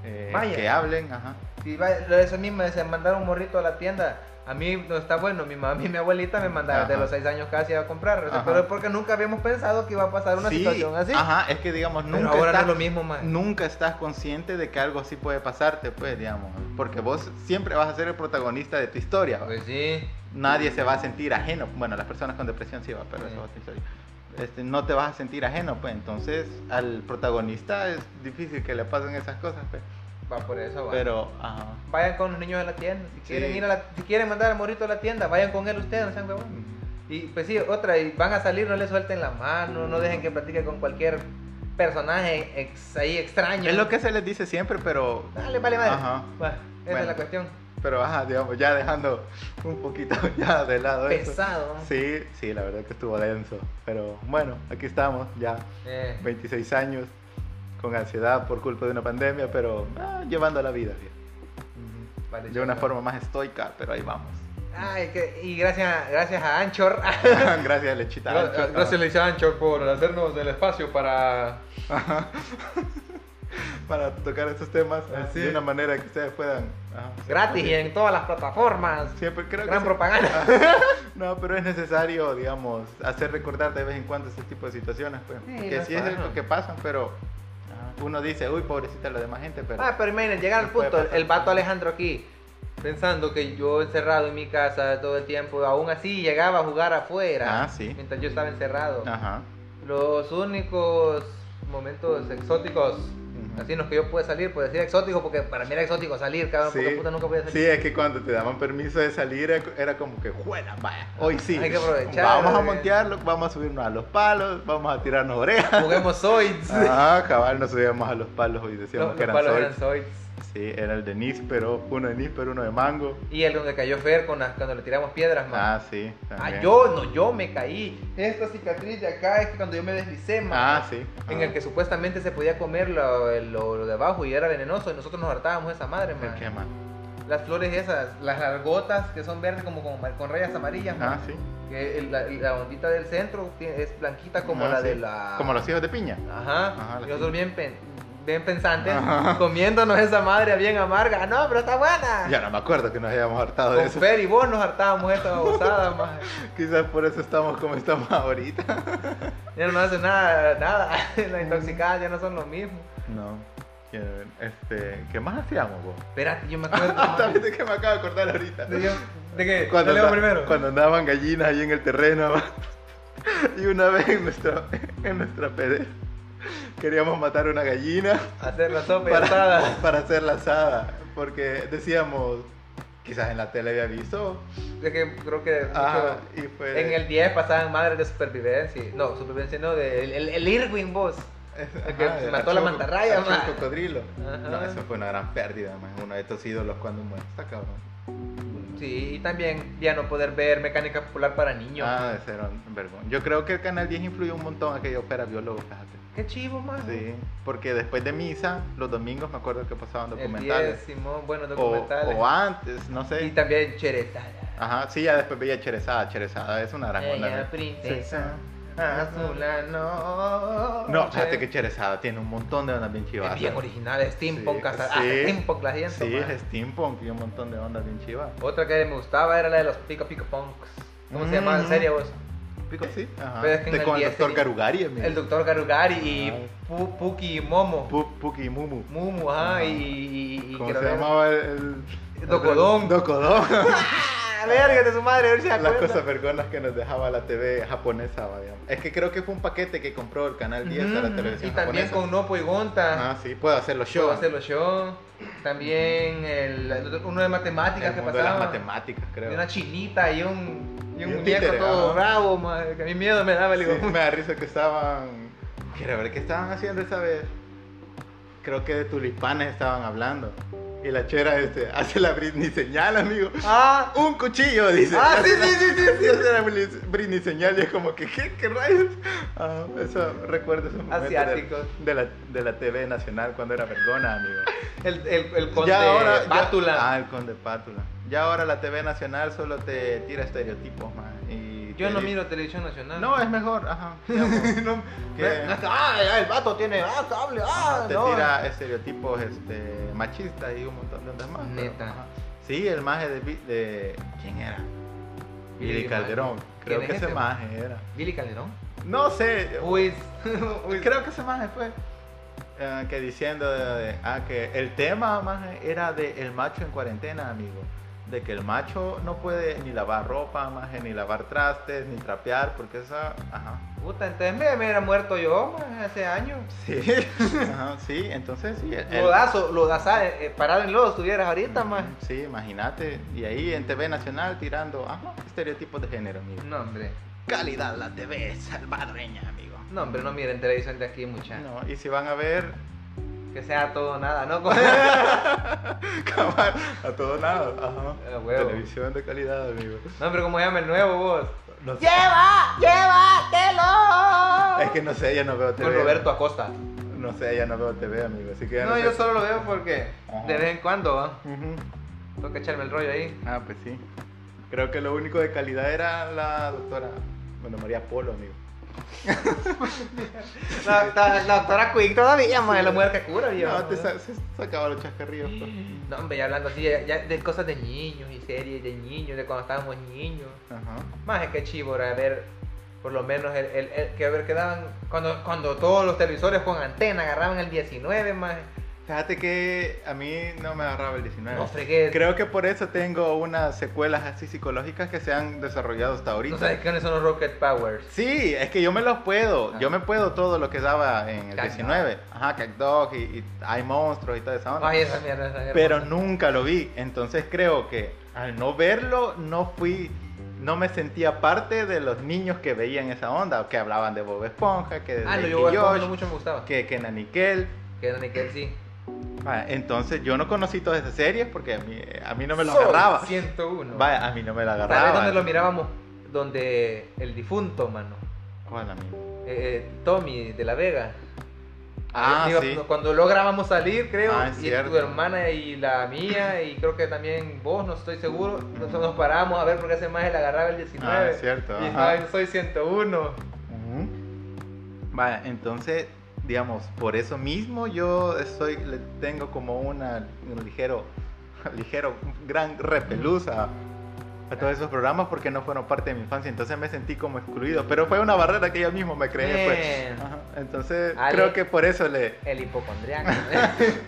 Speaker 1: eh,
Speaker 2: Vaya.
Speaker 1: que hablen, ajá.
Speaker 2: Sí, va- lo de eso mismo, de se mandar un morrito a la tienda. A mí no está bueno, mi mamá [LAUGHS] y mi abuelita me mandaban desde
Speaker 1: Ajá.
Speaker 2: los 6 años casi a comprar. o sea,
Speaker 1: Ajá.
Speaker 2: pero es porque nunca habíamos pensado que iba a pasar una
Speaker 1: Sí,
Speaker 2: situación así.
Speaker 1: Ajá, es que digamos,
Speaker 2: Pero
Speaker 1: nunca,
Speaker 2: ahora
Speaker 1: estás,
Speaker 2: no es lo mismo, eh. más.
Speaker 1: nunca estás consciente de que algo así puede pasarte, pues, digamos. Porque vos siempre vas a ser el protagonista de tu historia. ¿va?
Speaker 2: Pues sí.
Speaker 1: Nadie se va a sentir ajeno. Bueno, las personas con depresión sí, va, pero
Speaker 2: Sí.
Speaker 1: eso es otra historia. Este, no te vas a sentir ajeno, pues. Entonces, al protagonista es difícil que le pasen esas cosas, pues.
Speaker 2: Va por eso, va.
Speaker 1: Pero, ajá.
Speaker 2: Vayan con los niños a la tienda. Si quieren,
Speaker 1: Sí.
Speaker 2: ir a la- si quieren mandar al morrito a la tienda, vayan con él ustedes, no sean
Speaker 1: Mm.
Speaker 2: huevones. Y pues sí, otra, y van a salir, no le suelten la mano, no dejen que platique con cualquier personaje ex- ahí extraño.
Speaker 1: Es lo que se les dice siempre, pero
Speaker 2: Dale, vale, vale.
Speaker 1: Ajá.
Speaker 2: Va, esa es
Speaker 1: Bueno.
Speaker 2: la cuestión.
Speaker 1: Pero ajá, digamos, ya dejando un poquito [LAUGHS] ya de lado eso.
Speaker 2: Pesado. ¿no?
Speaker 1: Sí, sí, la verdad que estuvo denso. Pero bueno, aquí estamos, ya
Speaker 2: Eh,
Speaker 1: 26 años, con ansiedad por culpa de una pandemia, pero ah, llevando la vida bien.
Speaker 2: mm, vale,
Speaker 1: De una
Speaker 2: chico.
Speaker 1: forma más estoica, pero ahí vamos.
Speaker 2: Ay, que, y gracias, gracias
Speaker 1: [LAUGHS]
Speaker 2: a Anchor.
Speaker 1: Gracias, Lechita. Ancho. ah,
Speaker 2: gracias, Lisa Anchor, por hacernos el espacio para.
Speaker 1: Para tocar estos temas
Speaker 2: Ah,
Speaker 1: eh,
Speaker 2: sí.
Speaker 1: de una manera que ustedes puedan. ajá, hacer
Speaker 2: Gratis y en todas las plataformas.
Speaker 1: Siempre creo que
Speaker 2: Gran
Speaker 1: sí.
Speaker 2: propaganda.
Speaker 1: No, pero es necesario, digamos, hacer recordar de vez en cuando este tipo de situaciones, pues.
Speaker 2: Sí,
Speaker 1: que
Speaker 2: no
Speaker 1: sí es
Speaker 2: pasa.
Speaker 1: lo que pasan, pero ah, uno dice, uy, pobrecita la demás gente, pero...
Speaker 2: Ah, pero imagínate, llegar al punto, el vato Alejandro aquí, pensando que yo encerrado en mi casa todo el tiempo, aún así llegaba a jugar afuera.
Speaker 1: Ah, sí. Ah.
Speaker 2: Mientras yo estaba encerrado.
Speaker 1: Ajá.
Speaker 2: Los únicos momentos exóticos, así en los que yo pude salir, pues decir exótico, porque para mí era exótico salir, cabrón, porque puta nunca podía
Speaker 1: sí,
Speaker 2: salir.
Speaker 1: es que cuando te daban permiso de salir era- era como que, juela, vaya, hoy sí.
Speaker 2: Hay que aprovechar, eh.
Speaker 1: Vamos a
Speaker 2: güey.
Speaker 1: montearlo, vamos a subirnos a los palos, vamos a tirarnos
Speaker 2: [LAUGHS]
Speaker 1: orejas. [LAUGHS]
Speaker 2: Juguemos Zoids.
Speaker 1: Ah, cabal, nos subíamos a los palos y decíamos
Speaker 2: Los-
Speaker 1: que
Speaker 2: los
Speaker 1: eran
Speaker 2: palos
Speaker 1: Zoids.
Speaker 2: eran Zoids.
Speaker 1: Sí, era el de níspero, uno de níspero, uno de mango.
Speaker 2: Y el donde cayó Fer con las- cuando le tiramos piedras, man.
Speaker 1: Ah, sí.
Speaker 2: Ah,
Speaker 1: también.
Speaker 2: yo no, yo me caí. Esta cicatriz de acá es que cuando yo me deslicé, man.
Speaker 1: Ah, sí. ajá.
Speaker 2: En el que supuestamente se podía comer lo, lo- lo de abajo y era venenoso y nosotros nos hartábamos de esa madre, man.
Speaker 1: Ah, ¿El qué, man?
Speaker 2: Las flores esas, las largotas que son verdes como, como con rayas amarillas,
Speaker 1: Ah,
Speaker 2: man.
Speaker 1: sí.
Speaker 2: Que el- la, la ondita del centro ti- es blanquita como
Speaker 1: Ah,
Speaker 2: la
Speaker 1: sí.
Speaker 2: de la...
Speaker 1: Como los hijos de piña.
Speaker 2: Ajá.
Speaker 1: Ajá, la
Speaker 2: y nosotros bien, pen- bien pensantes,
Speaker 1: Ajá.
Speaker 2: comiéndonos esa madre bien amarga. No, pero está buena.
Speaker 1: Ya no me acuerdo que nos hayamos hartado de
Speaker 2: Con
Speaker 1: eso.
Speaker 2: Fer y vos nos hartábamos
Speaker 1: [LAUGHS]
Speaker 2: esta babosada, maje.
Speaker 1: Quizás por eso estamos como estamos ahorita.
Speaker 2: Ya no hace nada, nada. [LAUGHS] Las intoxicadas ya no son lo mismo.
Speaker 1: No. que, Este, ¿Qué más hacíamos vos?
Speaker 2: Espérate, yo
Speaker 1: [LAUGHS]
Speaker 2: me acuerdo.
Speaker 1: Ah,
Speaker 2: maje.
Speaker 1: también de que me acabo de acordar ahorita.
Speaker 2: ¿De, yo, de qué?
Speaker 1: Cuando,
Speaker 2: Yo leo
Speaker 1: anda-
Speaker 2: primero.
Speaker 1: cuando andaban gallinas ahí en el terreno. [LAUGHS] Y una vez en nuestra, en nuestra pede- queríamos matar una gallina
Speaker 2: Hacer la sopa y
Speaker 1: para,
Speaker 2: asada.
Speaker 1: [LAUGHS] para hacerla asada. Porque decíamos, quizás en la tele había visto.
Speaker 2: De que creo que mucho-
Speaker 1: Ah, y fue.
Speaker 2: en el 10 pasaban madres de supervivencia. No, supervivencia no, de, el, el, el Irwin vos. El que
Speaker 1: Ajá,
Speaker 2: se mató a la
Speaker 1: archivo-
Speaker 2: mantarraya,
Speaker 1: archivo
Speaker 2: man.
Speaker 1: cocodrilo.
Speaker 2: Ajá.
Speaker 1: No, eso fue una gran pérdida, man. Uno de estos ídolos cuando muere. Está cabrón.
Speaker 2: Sí, y también ya no poder ver mecánica popular para niños.
Speaker 1: Ah, ese era un vergón. Yo creo que el Canal 10 influyó un montón a que yo fuera biólogo, fíjate.
Speaker 2: Qué chivo, man.
Speaker 1: Sí, porque después de misa, los domingos me acuerdo que pasaban
Speaker 2: El 10,
Speaker 1: documentales.
Speaker 2: Simón, bueno,
Speaker 1: O-
Speaker 2: documentales.
Speaker 1: O, antes, no sé.
Speaker 2: y también Cheretada.
Speaker 1: Ajá, sí, ya después veía Cherezada. Cherezada es una gran
Speaker 2: Ella,
Speaker 1: onda.
Speaker 2: princesa, azulano.
Speaker 1: No, fíjate que Cherezada tiene un montón de ondas bien
Speaker 2: Eh, Es
Speaker 1: chivas.
Speaker 2: bien original, steampunk,
Speaker 1: Sí,
Speaker 2: hasta
Speaker 1: sí.
Speaker 2: hasta steampunk la
Speaker 1: Sí,
Speaker 2: siento, man.
Speaker 1: es steampunk y un montón de ondas bien chivas.
Speaker 2: Otra que me gustaba era la de los Pico Pico Punks. ¿Cómo se
Speaker 1: Mm.
Speaker 2: llamaba? ¿En serio vos? Pico
Speaker 1: Sí, ajá.
Speaker 2: Pero es que en
Speaker 1: De-
Speaker 2: el
Speaker 1: con el
Speaker 2: 10
Speaker 1: doctor
Speaker 2: tenía-
Speaker 1: Garugari, amigo.
Speaker 2: El doctor Garugari y
Speaker 1: Mm. Ay.
Speaker 2: Pu- Puki y Momo.
Speaker 1: Pu- Puki y Mumu.
Speaker 2: Mumu, ajá,
Speaker 1: Ajá.
Speaker 2: y- y. y- y
Speaker 1: ¿Cómo
Speaker 2: creo
Speaker 1: se
Speaker 2: que-
Speaker 1: llamaba el, el- el-
Speaker 2: Docodón. [LAUGHS]
Speaker 1: Docodón.
Speaker 2: ¡Ah! Verga de su madre, a ver si se
Speaker 1: Las
Speaker 2: acuerda.
Speaker 1: cosas vergonas que nos dejaba la TV japonesa, vaya. Es que creo que fue un paquete que compró el canal 10 a la
Speaker 2: Ujú,
Speaker 1: televisión
Speaker 2: Mm, Y también
Speaker 1: japonesa.
Speaker 2: con Nopo y Gonta.
Speaker 1: Ah, sí, puedo hacer los
Speaker 2: Yo
Speaker 1: shows.
Speaker 2: hacer los shows. También el, el- uno de
Speaker 1: El
Speaker 2: matemáticas que
Speaker 1: mundo de las
Speaker 2: pasaba.
Speaker 1: matemáticas,
Speaker 2: De
Speaker 1: creo.
Speaker 2: una chinita y un, y un
Speaker 1: Y un
Speaker 2: muñeco
Speaker 1: títere,
Speaker 2: todo
Speaker 1: ajá.
Speaker 2: bravo, madre, que a mí miedo me daba.
Speaker 1: Sí,
Speaker 2: Le digo,
Speaker 1: me da risa que estaban. Quiero ver qué estaban haciendo esa vez. Creo que de tulipanes estaban hablando. Y la chera este, hace la Britney señal, amigo. [LAUGHS]
Speaker 2: ¡Ah!
Speaker 1: Un cuchillo, dice.
Speaker 2: Ah, sí, sí, sí, sí, sí.
Speaker 1: Esa era Britney- Britney señal y es como que, ¿qué, qué rayos? Ah, eso recuerdo esos momentos de-
Speaker 2: Asiáticos.
Speaker 1: De, la, de la TV nacional cuando era vergona, amigo.
Speaker 2: El, el, el conde
Speaker 1: ya-
Speaker 2: Bátula.
Speaker 1: ah, el conde Pátula. Ya ahora la TV nacional solo te tira estereotipos, man. Y
Speaker 2: Yo no
Speaker 1: Tele-
Speaker 2: miro televisión nacional.
Speaker 1: No, es mejor,
Speaker 2: [LAUGHS]
Speaker 1: ajá. digamos,
Speaker 2: No,
Speaker 1: que
Speaker 2: no es que, ah, ya, el vato tiene ah, cable, ah,
Speaker 1: te
Speaker 2: no.
Speaker 1: tira estereotipos este, machistas y un montón de otras más. pero,
Speaker 2: Neta.
Speaker 1: ajá. sí, el maje de, Vi- de- ¿Quién era?
Speaker 2: Billy
Speaker 1: Billy Calderón. Creo
Speaker 2: ¿Quién
Speaker 1: que
Speaker 2: es
Speaker 1: ese
Speaker 2: este ese?
Speaker 1: maje era.
Speaker 2: Billy Calderón.
Speaker 1: No
Speaker 2: [LAUGHS]
Speaker 1: sé.
Speaker 2: Uy, uy,
Speaker 1: Creo que ese maje fue. eh, que diciendo de, de- ah, que el tema maje, era de el macho en cuarentena, amigo. De que el macho no puede ni lavar ropa, maje, ni lavar trastes, ni trapear, porque esa. Ajá.
Speaker 2: puta, entonces me, me hubiera muerto yo man, hace años.
Speaker 1: Sí. [LAUGHS] Ajá, sí, entonces sí. el- el-
Speaker 2: Lodazo, lodaza, eh, eh, parado en lodo estuvieras ahorita, más.
Speaker 1: Sí, imagínate. Y ahí en TV Nacional tirando ajá, estereotipos de género, amigo.
Speaker 2: No, hombre.
Speaker 1: Calidad la TV salvadoreña, amigo.
Speaker 2: No, hombre, no miren televisión de aquí, muchachos.
Speaker 1: No, y si van a ver, [LAUGHS]
Speaker 2: Que sea todo o nada, ¿no? [LAUGHS] Como-
Speaker 1: cabal, a todo lado. Ajá.
Speaker 2: Ah, huevo.
Speaker 1: Televisión de calidad, amigo.
Speaker 2: no, hombre, ¿cómo llama el nuevo vos?
Speaker 1: No sé.
Speaker 2: ¡Lleva! ¡Llévatelo!
Speaker 1: Es que no sé, ya no veo TV.
Speaker 2: Con Roberto Acosta.
Speaker 1: No sé, ya no veo TV, amigo. Así que ya
Speaker 2: No,
Speaker 1: sé.
Speaker 2: yo solo lo veo porque
Speaker 1: Ajá.
Speaker 2: de vez en cuando ¿va?
Speaker 1: Ujú.
Speaker 2: tengo que echarme el rollo ahí.
Speaker 1: Ah, pues sí. Creo que lo único de calidad era la doctora, bueno, María Polo, amigo.
Speaker 2: La, doctora- la doctora Quick todavía, más la mujer que cura, viejo.
Speaker 1: No, te sa- se sacaba los chascarrillos. pues.
Speaker 2: No, hombre, ya hablando así ya- ya de cosas de niños y series de niños, de cuando estábamos niños.
Speaker 1: Ajá.
Speaker 2: Más es que chivo, era ver, por lo menos, el, el- el- que ver quedaban, cuando, cuando todos los televisores con antena agarraban el 19, más.
Speaker 1: Fíjate que a mí no me agarraba el 19.
Speaker 2: No fregué.
Speaker 1: Creo que por eso tengo unas secuelas así psicológicas que se han desarrollado hasta ahorita.
Speaker 2: No sabes quiénes son los Rocket Powers.
Speaker 1: Sí, es que yo me los puedo.
Speaker 2: Ah.
Speaker 1: Yo me puedo todo lo que daba en el
Speaker 2: Cat
Speaker 1: 19. Ajá, Cat Dog y, y hay monstruos y toda esa onda.
Speaker 2: Ay, esa mierda, esa mierda.
Speaker 1: Pero nunca lo vi. Entonces creo que al no verlo, no fui. No me sentía parte de los niños que veían esa onda, que hablaban de Bob Esponja, que de
Speaker 2: Ah, no,
Speaker 1: Drake
Speaker 2: yo
Speaker 1: y
Speaker 2: Bob Esponja
Speaker 1: Josh,
Speaker 2: mucho me gustaba.
Speaker 1: que, que Naniquel.
Speaker 2: Que era Nickel, sí.
Speaker 1: Vaya, entonces yo no conocí todas esas series porque a mí, a mí no me lo
Speaker 2: Soy
Speaker 1: agarraba.
Speaker 2: 101.
Speaker 1: Vaya, a mí no me lo
Speaker 2: Tal vez
Speaker 1: agarraba.
Speaker 2: donde lo mirábamos, donde el difunto, mano.
Speaker 1: ¿Cuál, amigo?
Speaker 2: Eh, eh, Tommy de la Vega.
Speaker 1: Ah,
Speaker 2: Digo,
Speaker 1: sí.
Speaker 2: Cuando lográbamos salir, creo,
Speaker 1: Ah, es
Speaker 2: y
Speaker 1: cierto.
Speaker 2: tu hermana y la mía, y creo que también vos, no estoy seguro, nos, nos parábamos a ver por qué ese maje le agarraba el 19.
Speaker 1: Ah, es cierto,
Speaker 2: Y
Speaker 1: ajá.
Speaker 2: ay, soy 101.
Speaker 1: Ujú. Vaya, entonces, digamos, por eso mismo yo soy, le tengo como una, un ligero, [LAUGHS] ligero, gran repelusa a todos esos programas porque no fueron parte de mi infancia, entonces me sentí como excluido, pero fue una barrera que yo mismo me creé, pues.
Speaker 2: Bien.
Speaker 1: Ajá, Entonces,
Speaker 2: Ale.
Speaker 1: creo que por eso le,
Speaker 2: El [LAUGHS] hipocondriaco.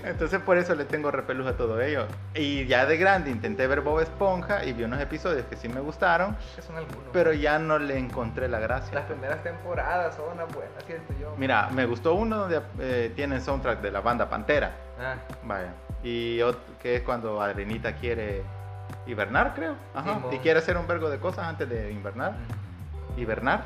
Speaker 1: entonces por eso le tengo repelús a todo ello. Y ya de grande intenté ver Bob Esponja y vi unos episodios que sí me gustaron,
Speaker 2: Que son algunos.
Speaker 1: pero ya no le encontré la
Speaker 2: Las
Speaker 1: gracia.
Speaker 2: primeras temporadas son unas buenas, siento yo.
Speaker 1: Mira, me gustó uno donde eh, tienen soundtrack de la banda Pantera.
Speaker 2: Ah,
Speaker 1: Vaya. Y otro que es cuando Arenita quiere hibernar, creo. Ajá.
Speaker 2: Simón.
Speaker 1: y quiere hacer un vergo de cosas antes de invernar.
Speaker 2: mm.
Speaker 1: Hibernar.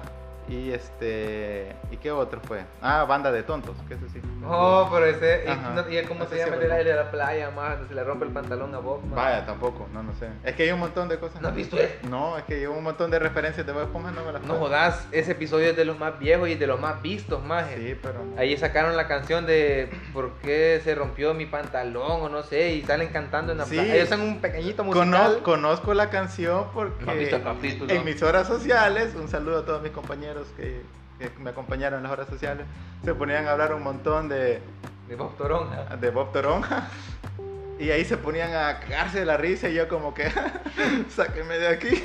Speaker 1: Y este. ¿Y qué otro fue? Ah, banda de tontos, que eso sí.
Speaker 2: No, pero ese. Y,
Speaker 1: Ajá.
Speaker 2: Mm. no- y el- cómo
Speaker 1: Ese
Speaker 2: se
Speaker 1: sí
Speaker 2: llama
Speaker 1: es
Speaker 2: el de la,
Speaker 1: verdad.
Speaker 2: el de la playa, más. Se le rompe el pantalón a Bob. ma.
Speaker 1: Vaya, tampoco, no, no sé. Es que hay un montón de cosas.
Speaker 2: ¿No has visto eso?
Speaker 1: No, es que hay un montón de referencias de Bob Esponja, no me las
Speaker 2: No
Speaker 1: puedo-
Speaker 2: jodas, ese episodio es de los más viejos y de los más vistos, más. eh.
Speaker 1: Sí, pero.
Speaker 2: Ahí sacaron la canción de por qué se rompió mi pantalón o no sé, y salen cantando en la
Speaker 1: Sí.
Speaker 2: playa. Ellos son un pequeñito
Speaker 1: Cono-
Speaker 2: musical.
Speaker 1: conozco la canción
Speaker 2: No has visto el
Speaker 1: porque
Speaker 2: capítulo.
Speaker 1: en mis horas sociales, un saludo a todos mis compañeros que, que me acompañaron en las horas sociales, se ponían a hablar un montón de,
Speaker 2: De Bob Toronja.
Speaker 1: de Bob Toronja y ahí se ponían a cagarse de la risa y yo como que, [LAUGHS] sáquenme de aquí.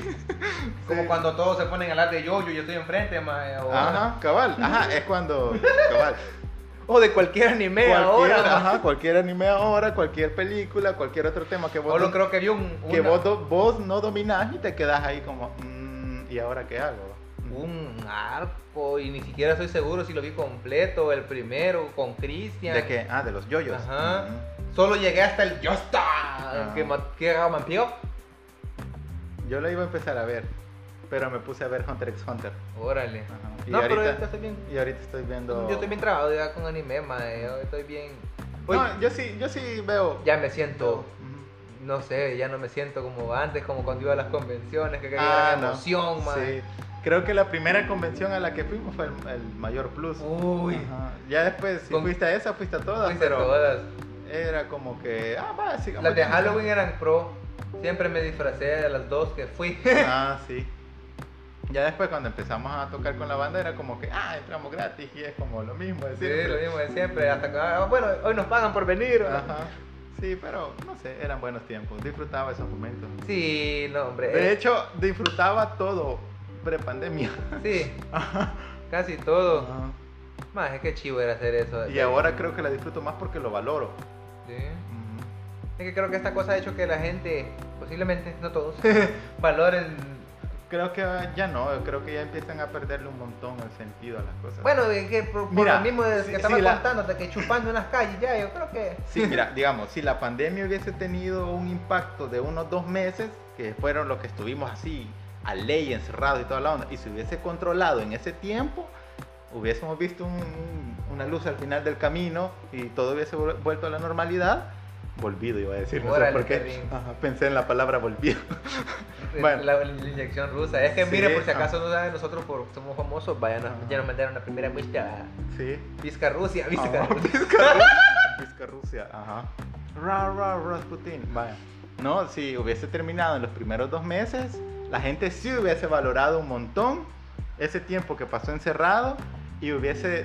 Speaker 2: Como
Speaker 1: Sí.
Speaker 2: cuando todos se ponen a hablar de yo, yo, yo estoy enfrente, maje, o,
Speaker 1: Ajá, cabal, ajá, es cuando, cabal.
Speaker 2: o de cualquier anime
Speaker 1: Cualquier,
Speaker 2: ahora. maje.
Speaker 1: ajá, cualquier anime ahora, cualquier película, cualquier otro tema que vos,
Speaker 2: Solo
Speaker 1: no-
Speaker 2: creo que vi un,
Speaker 1: que
Speaker 2: una-
Speaker 1: vos, do- vos no dominás y te quedás ahí como, "Mm, ¿y ahora qué hago?
Speaker 2: un arco y ni siquiera estoy seguro si lo vi completo, el primero, con Christian.
Speaker 1: ¿De qué? Ah, de los yoyos.
Speaker 2: Ajá.
Speaker 1: Ujú.
Speaker 2: Solo llegué hasta el ya está.
Speaker 1: Ah.
Speaker 2: Que, ma- que vampiro.
Speaker 1: Yo la iba a empezar a ver, pero me puse a ver Hunter x Hunter.
Speaker 2: Órale.
Speaker 1: Ajá. Ah. Y,
Speaker 2: No, pero
Speaker 1: ahorita,
Speaker 2: ahorita estoy bien.
Speaker 1: y ahorita estoy viendo...
Speaker 2: Yo estoy bien trabado ya con anime, mae. Yo estoy bien. Uy,
Speaker 1: No, yo sí, yo sí veo...
Speaker 2: ya me siento,
Speaker 1: Ujú.
Speaker 2: no sé, ya no me siento como antes, como cuando iba a las convenciones, que había
Speaker 1: Ah,
Speaker 2: gran
Speaker 1: no.
Speaker 2: emoción, mae.
Speaker 1: Sí. Creo que la primera convención a la que fuimos fue el, el Mayor Plus.
Speaker 2: Uy,
Speaker 1: Ajá. Ya después, si
Speaker 2: Con-
Speaker 1: fuiste a esa, fuiste a todas,
Speaker 2: fuiste
Speaker 1: pero
Speaker 2: todas.
Speaker 1: era como que... Ah, va, sigamos.
Speaker 2: Las de [LAUGHS] Halloween eran pro. Siempre me disfracé de las dos que fui.
Speaker 1: Ah, sí. Ya después cuando empezamos a tocar con la banda era como que, ah, entramos gratis y es como lo mismo de
Speaker 2: Sí,
Speaker 1: siempre.
Speaker 2: lo mismo de siempre. Hasta que, ah, bueno, hoy nos pagan por venir.
Speaker 1: Ajá. Sí, pero no sé, eran buenos tiempos. Disfrutaba esos momentos.
Speaker 2: Sí, no, hombre.
Speaker 1: De
Speaker 2: eh,
Speaker 1: hecho, disfrutaba todo prepandemia. [LAUGHS]
Speaker 2: Sí. Casi todo.
Speaker 1: Ajá.
Speaker 2: Más, es que chivo era hacer eso.
Speaker 1: Y ahora creo que la disfruto más porque lo valoro.
Speaker 2: Sí.
Speaker 1: Ujú.
Speaker 2: Es que creo que esta cosa ha hecho que la gente, posiblemente, no todos, [LAUGHS] valoren.
Speaker 1: Creo que ya no, creo que ya empiezan a perderle un montón el sentido a las cosas.
Speaker 2: Bueno, es que por, por
Speaker 1: Mira,
Speaker 2: lo mismo de
Speaker 1: sí,
Speaker 2: que estaba
Speaker 1: sí, la-
Speaker 2: contando, de que chupando en las calles, ya, yo creo que.
Speaker 1: Sí, mira, digamos, si la pandemia hubiese tenido un impacto de unos dos meses, que fueron los que estuvimos así, a ley, encerrados y toda la onda, y se hubiese controlado en ese tiempo, hubiésemos visto un- un- una luz al final del camino y todo hubiese vuel- vuelto a la normalidad, volvido iba a decir, no sé
Speaker 2: Órale,
Speaker 1: por
Speaker 2: qué
Speaker 1: qué,
Speaker 2: bien.
Speaker 1: Ajá, pensé en la palabra volvido. Bueno.
Speaker 2: La, la inyección rusa. Es que
Speaker 1: Sí,
Speaker 2: mire, por si
Speaker 1: ah.
Speaker 2: acaso no saben, nosotros por, somos famosos, vayan a-
Speaker 1: Ajá.
Speaker 2: ya nos mandaron la primera muestra a
Speaker 1: Sí.
Speaker 2: Vizca Rusia, Vizca
Speaker 1: Ah, [LAUGHS]
Speaker 2: Rusia.
Speaker 1: Pisca Rusia, ajá. Ra, ra, Rasputin. Vaya. No, si hubiese terminado en los primeros dos meses, la gente sí hubiese valorado un montón ese tiempo que pasó encerrado y hubiese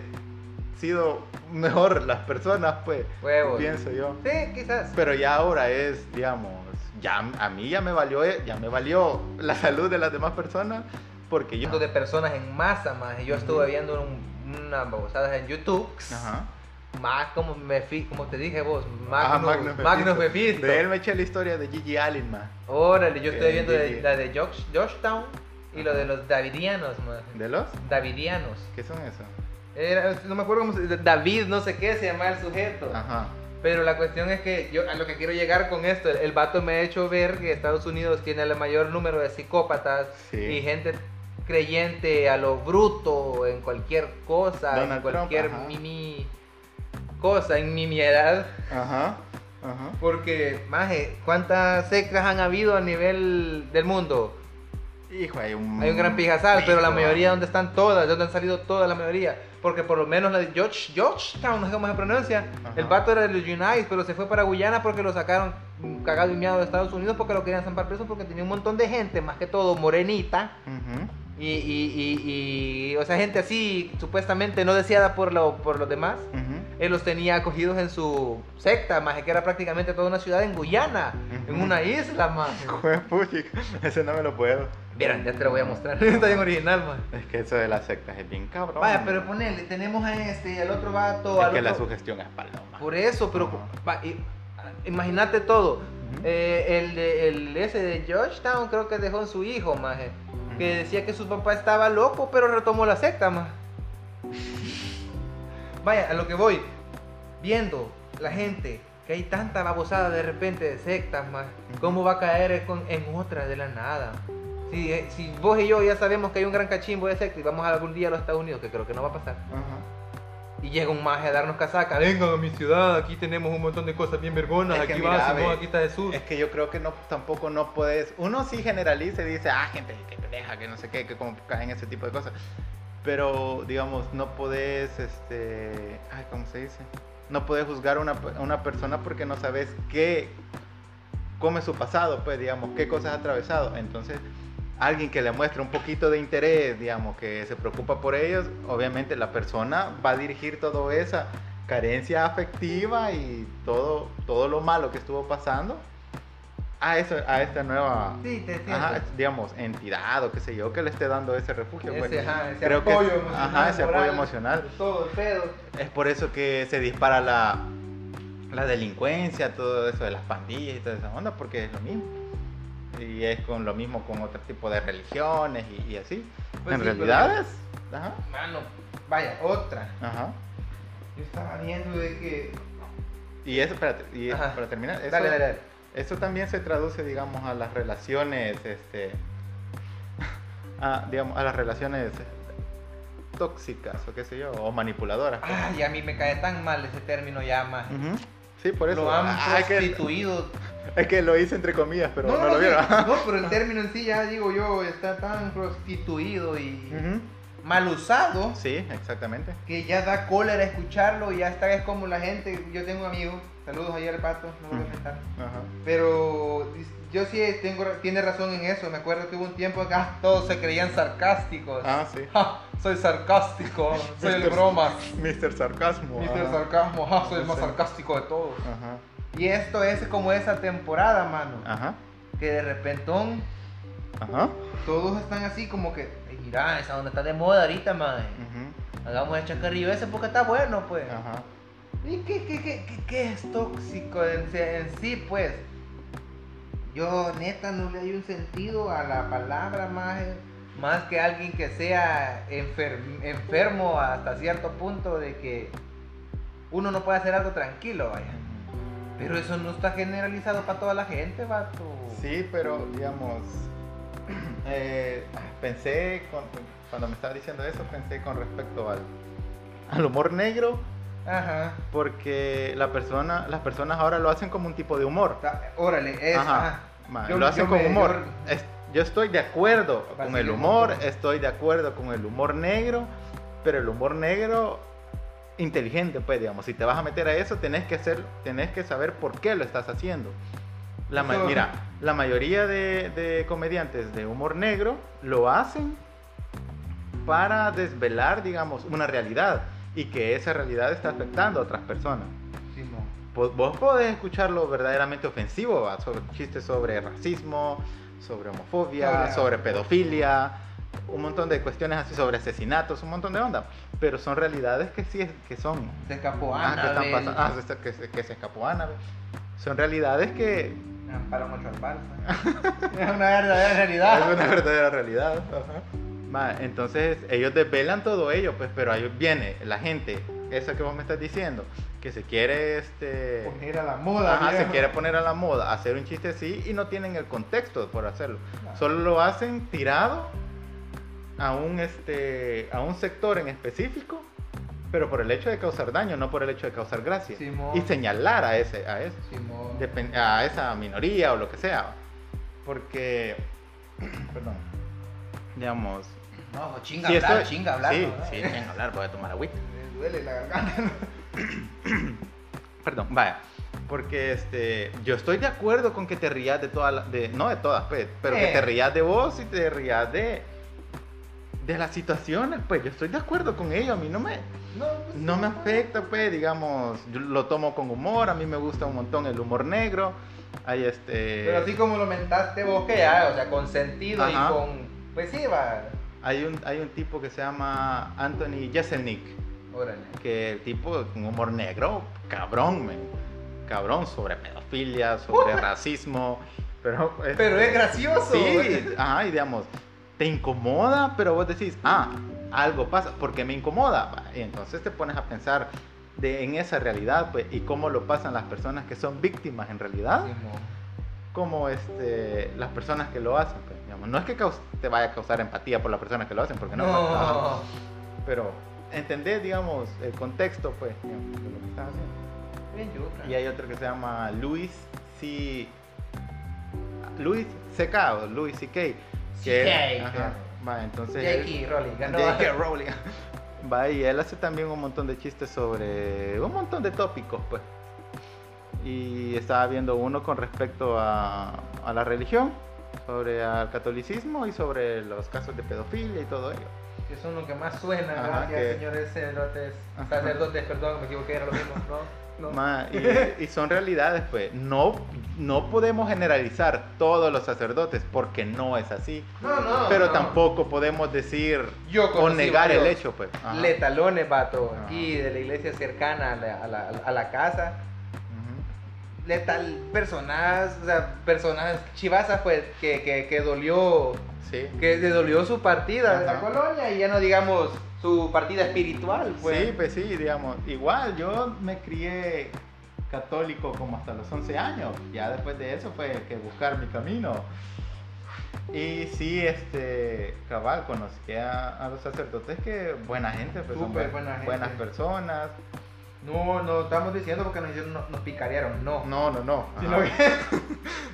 Speaker 1: sido mejor las personas, pues,
Speaker 2: Huevos.
Speaker 1: pienso yo.
Speaker 2: Sí, quizás.
Speaker 1: Pero ya ahora es, digamos, ya a mí ya me valió, eh, ya me valió la salud de las demás personas porque yo
Speaker 2: Hablando de personas en masa más. y Yo estuve
Speaker 1: Ujú.
Speaker 2: viendo un- unas babosadas en YouTube.
Speaker 1: Ajá.
Speaker 2: Más como, me fi- como te dije vos,
Speaker 1: Ah,
Speaker 2: Magnus, Magnus, Mephisto.
Speaker 1: De él me eché la historia de Gigi Allen, más.
Speaker 2: Órale, yo estoy
Speaker 1: Eh,
Speaker 2: viendo
Speaker 1: y-
Speaker 2: de-
Speaker 1: y-
Speaker 2: la de George- Georgetown y lo de los Davidianos, man.
Speaker 1: ¿De los?
Speaker 2: Davidianos.
Speaker 1: ¿Qué son esos?
Speaker 2: Era- no me acuerdo cómo se David, no sé qué se llama el sujeto.
Speaker 1: Ajá.
Speaker 2: Pero la cuestión es que yo a lo que quiero llegar con esto, el, el vato me ha hecho ver que Estados Unidos tiene el mayor número de psicópatas
Speaker 1: Sí.
Speaker 2: y gente creyente a lo bruto en cualquier cosa, en
Speaker 1: Donald Trump,
Speaker 2: cualquier
Speaker 1: ajá.
Speaker 2: mini cosa, en nimiedad.
Speaker 1: Ajá, ajá.
Speaker 2: Porque, maje, ¿cuántas sectas han habido a nivel del mundo?
Speaker 1: Hijo, hay un...
Speaker 2: Hay un gran pijazal, pero la
Speaker 1: Hijo.
Speaker 2: mayoría, ¿dónde están todas? ¿De dónde han salido todas la mayoría? Porque por lo menos la de George, Georgetown, no sé cómo se pronuncia.
Speaker 1: Ajá.
Speaker 2: El vato era de los United, pero se fue para Guyana porque lo sacaron mm, cagado y miado de Estados Unidos porque lo querían zampar preso porque tenía un montón de gente, más que todo morenita.
Speaker 1: Ujú.
Speaker 2: Y, y- y- y, o sea, gente así, supuestamente no deseada por, lo, por los demás.
Speaker 1: Ujú.
Speaker 2: Él los tenía acogidos en su secta, más que era prácticamente toda una ciudad en Guyana, en
Speaker 1: Ujú.
Speaker 2: una
Speaker 1: [LAUGHS]
Speaker 2: isla, más.
Speaker 1: Hijo de puchica, ese no me lo puedo.
Speaker 2: Vieron, ya te lo voy a mostrar. [LAUGHS] Está bien original, man.
Speaker 1: Es que eso de las sectas es bien cabrón.
Speaker 2: Vaya, pero ponele, tenemos a este, al otro vato,
Speaker 1: Es
Speaker 2: al
Speaker 1: que la
Speaker 2: otro-
Speaker 1: sugestión es paloma.
Speaker 2: Por eso, pero
Speaker 1: Ajá.
Speaker 2: va, y- imagínate todo.
Speaker 1: Ujú.
Speaker 2: Eh, el, de- el ese de Georgetown creo que dejó en su hijo, maje. Que decía que su papá estaba loco, pero retomó la secta, maje. Vaya, a lo que voy. Viendo la gente que hay tanta babosada de repente de sectas, maje.
Speaker 1: Ujú.
Speaker 2: ¿Cómo va a caer con- en otra de la nada? Si, eh, si vos y yo ya sabemos que hay un gran cachimbo de sectas y vamos algún día a los Estados Unidos, que creo que no va a pasar.
Speaker 1: Ajá.
Speaker 2: Y llega un maje a darnos casaca. Vengan a mi ciudad, aquí tenemos un montón de cosas bien vergonas.
Speaker 1: Es que
Speaker 2: Aquí
Speaker 1: mira,
Speaker 2: va Simón,
Speaker 1: ve,
Speaker 2: aquí está Jesús.
Speaker 1: Es que yo creo que no, tampoco no puedes. Uno sí generaliza y dice, ah, gente que te deja, que no sé qué, que como caen ese tipo de cosas. Pero, digamos, no podés, este. Ay, ¿cómo se dice? No podés juzgar a una, pe- a una persona porque no sabes qué come su pasado, pues, digamos, qué cosas ha atravesado. Entonces, alguien que le muestre un poquito de interés, digamos, que se preocupa por ellos, obviamente la persona va a dirigir todo esa carencia afectiva y todo, todo lo malo que estuvo pasando a, eso, a esta nueva,
Speaker 2: Sí, te entiendo.
Speaker 1: ajá, digamos, entidad o qué sé yo, que le esté dando ese refugio. pues.
Speaker 2: ese, ajá, ese
Speaker 1: creo que-
Speaker 2: apoyo emocional.
Speaker 1: ajá, ese apoyo
Speaker 2: moral,
Speaker 1: emocional.
Speaker 2: Todo el pedo.
Speaker 1: Es por eso que se dispara la, la delincuencia, todo eso de las pandillas y toda esa onda, porque es lo mismo. Y es con lo mismo con otro tipo de religiones y, y así.
Speaker 2: Pues
Speaker 1: en
Speaker 2: sí,
Speaker 1: realidad es. Ajá.
Speaker 2: Mano, vaya, otra.
Speaker 1: Ajá.
Speaker 2: Yo estaba viendo de que.
Speaker 1: Y eso, espérate, y
Speaker 2: Ajá.
Speaker 1: para terminar, eso,
Speaker 2: Dale, dale, dale.
Speaker 1: eso también se traduce, digamos, a las relaciones, este, [LAUGHS] a, digamos, a las relaciones tóxicas o qué sé yo, o manipuladoras. pues.
Speaker 2: Ay, a mí me cae tan mal ese término ya, más.
Speaker 1: Ujú. Sí, por eso.
Speaker 2: Lo han
Speaker 1: Ah, es, que,
Speaker 2: prostituido.
Speaker 1: es que lo hice entre comillas, pero no, lo
Speaker 2: sí,
Speaker 1: vieron.
Speaker 2: [LAUGHS] no, pero el término en sí ya digo yo, está tan prostituido y
Speaker 1: [LAUGHS] Ujú.
Speaker 2: mal usado.
Speaker 1: Sí, exactamente.
Speaker 2: que ya da cólera escucharlo y ya esta vez como la gente, yo tengo un amigo, saludos ahí al pato, no voy a
Speaker 1: Mm.
Speaker 2: comentar,
Speaker 1: Ajá.
Speaker 2: pero dis- yo sí tengo, tiene razón en eso. Me acuerdo que hubo un tiempo acá todos se creían sarcásticos.
Speaker 1: Ah, sí.
Speaker 2: Ja, soy sarcástico, soy el bromas.
Speaker 1: Mr. Sarcasmo.
Speaker 2: Mr.
Speaker 1: ajá.
Speaker 2: Sarcasmo, ja, soy el
Speaker 1: Sí.
Speaker 2: más sarcástico de todos.
Speaker 1: Ajá.
Speaker 2: Y esto es como esa temporada, mano.
Speaker 1: Ajá.
Speaker 2: Que de repente
Speaker 1: Ajá.
Speaker 2: todos están así como que, "Ey, mira, esa onda está de moda ahorita, madre.
Speaker 1: Mm. ujú,
Speaker 2: Hagamos el chacarrillo ese porque está bueno, pues.
Speaker 1: Ajá.
Speaker 2: ¿Y qué, qué, qué, qué- qué es tóxico en, sí- en sí, pues? Yo, neta, no le hay un sentido a la palabra más, más que alguien que sea enfer- enfermo hasta cierto punto de que uno no puede hacer algo tranquilo, vaya.
Speaker 1: ujú.
Speaker 2: Pero eso no está generalizado para toda la gente, vato.
Speaker 1: Sí, pero digamos, [CLEARS THROAT] eh, pensé, con- cuando me estaba diciendo eso, pensé con respecto al, al humor negro,
Speaker 2: Ajá.
Speaker 1: porque la persona, las personas ahora lo hacen como un tipo de humor.
Speaker 2: Ta- Órale, es.
Speaker 1: Ajá.
Speaker 2: ah,
Speaker 1: Ma,
Speaker 2: Yo-
Speaker 1: lo hacen
Speaker 2: yo
Speaker 1: con
Speaker 2: me-
Speaker 1: humor. Es- Yo estoy de acuerdo con
Speaker 2: Vacío,
Speaker 1: el humor,
Speaker 2: ¿no?
Speaker 1: estoy de acuerdo con el humor negro, pero el humor negro inteligente, pues digamos, si te vas a meter a eso, tenés que hacer, tenés que saber por qué lo estás haciendo. La ma-
Speaker 2: Eso-
Speaker 1: Mira, la mayoría de, de comediantes de humor negro lo hacen para desvelar, digamos, una realidad y que esa realidad está afectando a otras personas.
Speaker 2: ah, Simón.
Speaker 1: Po- Pues, Vos podés escucharlo verdaderamente ofensivo, ¿va? sobre chistes sobre racismo, sobre homofobia,
Speaker 2: Claro.
Speaker 1: sobre pedofilia, un montón de cuestiones así sobre asesinatos, un montón de onda. Pero son realidades que sí es, que son.
Speaker 2: Se escapó
Speaker 1: ah, que, están
Speaker 2: Annabelle.
Speaker 1: pasa- ah, se- que se- que se escapó Annabelle. Son realidades que
Speaker 2: Amparo mucho al palo. pues. [LAUGHS] Es una verdadera realidad.
Speaker 1: es una verdadera realidad. ajá. Ma, entonces ellos desvelan todo ello, pues, pero ahí viene la gente, esa que vos me estás diciendo, que se quiere este,
Speaker 2: poner a la moda.
Speaker 1: Ajá, se
Speaker 2: viejo.
Speaker 1: quiere poner a la moda, hacer un chiste así y no tienen el contexto por hacerlo.
Speaker 2: Ah,
Speaker 1: Solo lo hacen tirado a un, este, a un sector en específico, pero por el hecho de causar daño, no por el hecho de causar gracia.
Speaker 2: Simón.
Speaker 1: Y señalar a, ese, a, eso,
Speaker 2: Simón.
Speaker 1: depen- a esa minoría o lo que sea. Porque, [CLEARS THROAT] perdón, digamos...
Speaker 2: No, pues chinga
Speaker 1: si
Speaker 2: hablar,
Speaker 1: estoy-
Speaker 2: chinga hablar.
Speaker 1: Sí,
Speaker 2: ¿no?
Speaker 1: sí, chinga hablar, voy a tomar agüita.
Speaker 2: Me duele la garganta.
Speaker 1: Perdón, vaya. Porque este, yo estoy de acuerdo con que te rías de todas, la- de, no de todas, pues, pero que
Speaker 2: Eh.
Speaker 1: te rías de vos y te rías de, de las situaciones, pues yo estoy de acuerdo con ello, a mí no me,
Speaker 2: No, pues,
Speaker 1: no me afecta, pues, digamos, yo lo tomo con humor, a mí me gusta un montón el humor negro, hay este,
Speaker 2: Pero así como lo mentaste vos, que ya, o sea, con sentido
Speaker 1: Ajá.
Speaker 2: y con. Pues sí, va.
Speaker 1: hay, un, hay un tipo que se llama Anthony Jeselnik,
Speaker 2: Órale.
Speaker 1: que el tipo con humor negro, cabrón, men, cabrón, sobre pedofilia, sobre racismo, pero... este,
Speaker 2: Pero es gracioso.
Speaker 1: Sí, ajá, y digamos, te incomoda, pero vos decís, ah, algo pasa, ¿por qué me incomoda? Va, Y entonces te pones a pensar de, en esa realidad, pues, y cómo lo pasan las personas que son víctimas en realidad,
Speaker 2: [LAUGHS] Simón.
Speaker 1: como este, las personas que lo hacen, pues, digamos. No es que caus- te vaya a causar empatía por las personas que lo hacen, porque no, pues, ajá,
Speaker 2: No.
Speaker 1: pero entender, digamos, el contexto, pues, digamos, de lo que estás haciendo.
Speaker 2: Bien, yuca.
Speaker 1: Y hay otro que se llama Luis C. Luis CK o Luis CK. Que él-
Speaker 2: CK,
Speaker 1: ajá,
Speaker 2: claro.
Speaker 1: va, entonces. él-
Speaker 2: J.K. Rowling ganó.
Speaker 1: J.K. Rowling. [LAUGHS] Va, y él hace también un montón de chistes sobre un montón de tópicos, pues. Y estaba viendo uno con respecto a, a la religión, sobre al catolicismo y sobre los casos de pedofilia y todo ello.
Speaker 2: Que son lo que más suena,
Speaker 1: Ajá,
Speaker 2: gracias,
Speaker 1: que-
Speaker 2: señores sacerdotes.
Speaker 1: Ajá.
Speaker 2: Sacerdotes, perdón, me equivoqué, era lo mismo. No, no.
Speaker 1: Ma, y, y son realidades, pues. No, no podemos generalizar todos los sacerdotes porque no es así.
Speaker 2: No, no,
Speaker 1: pero
Speaker 2: no.
Speaker 1: tampoco podemos decir
Speaker 2: Yo
Speaker 1: o
Speaker 2: conocí
Speaker 1: negar el
Speaker 2: varios
Speaker 1: hecho, pues. Ajá.
Speaker 2: letalones, vato,
Speaker 1: Ajá.
Speaker 2: aquí de la iglesia cercana a la, a la- a la casa.
Speaker 1: Ujú.
Speaker 2: Letal personas, o sea, personas chivasas, pues, que, que, que dolió,
Speaker 1: Sí.
Speaker 2: que le dolió su partida de la
Speaker 1: Ajá.
Speaker 2: colonia y ya no digamos su partida espiritual, pues.
Speaker 1: Sí, pues sí, digamos. Igual, yo me crié católico como hasta los 11 años. Ya después de eso fue que buscar mi camino. Y sí, este, cabal, conocí a, a los sacerdotes que buena gente, pues, son
Speaker 2: Súper
Speaker 1: bu-
Speaker 2: buena gente.
Speaker 1: buenas personas.
Speaker 2: No, no estamos diciendo porque nos, hicieron- nos, nos picarearon, no.
Speaker 1: No, no, no.
Speaker 2: Sino
Speaker 1: Ajá.
Speaker 2: que,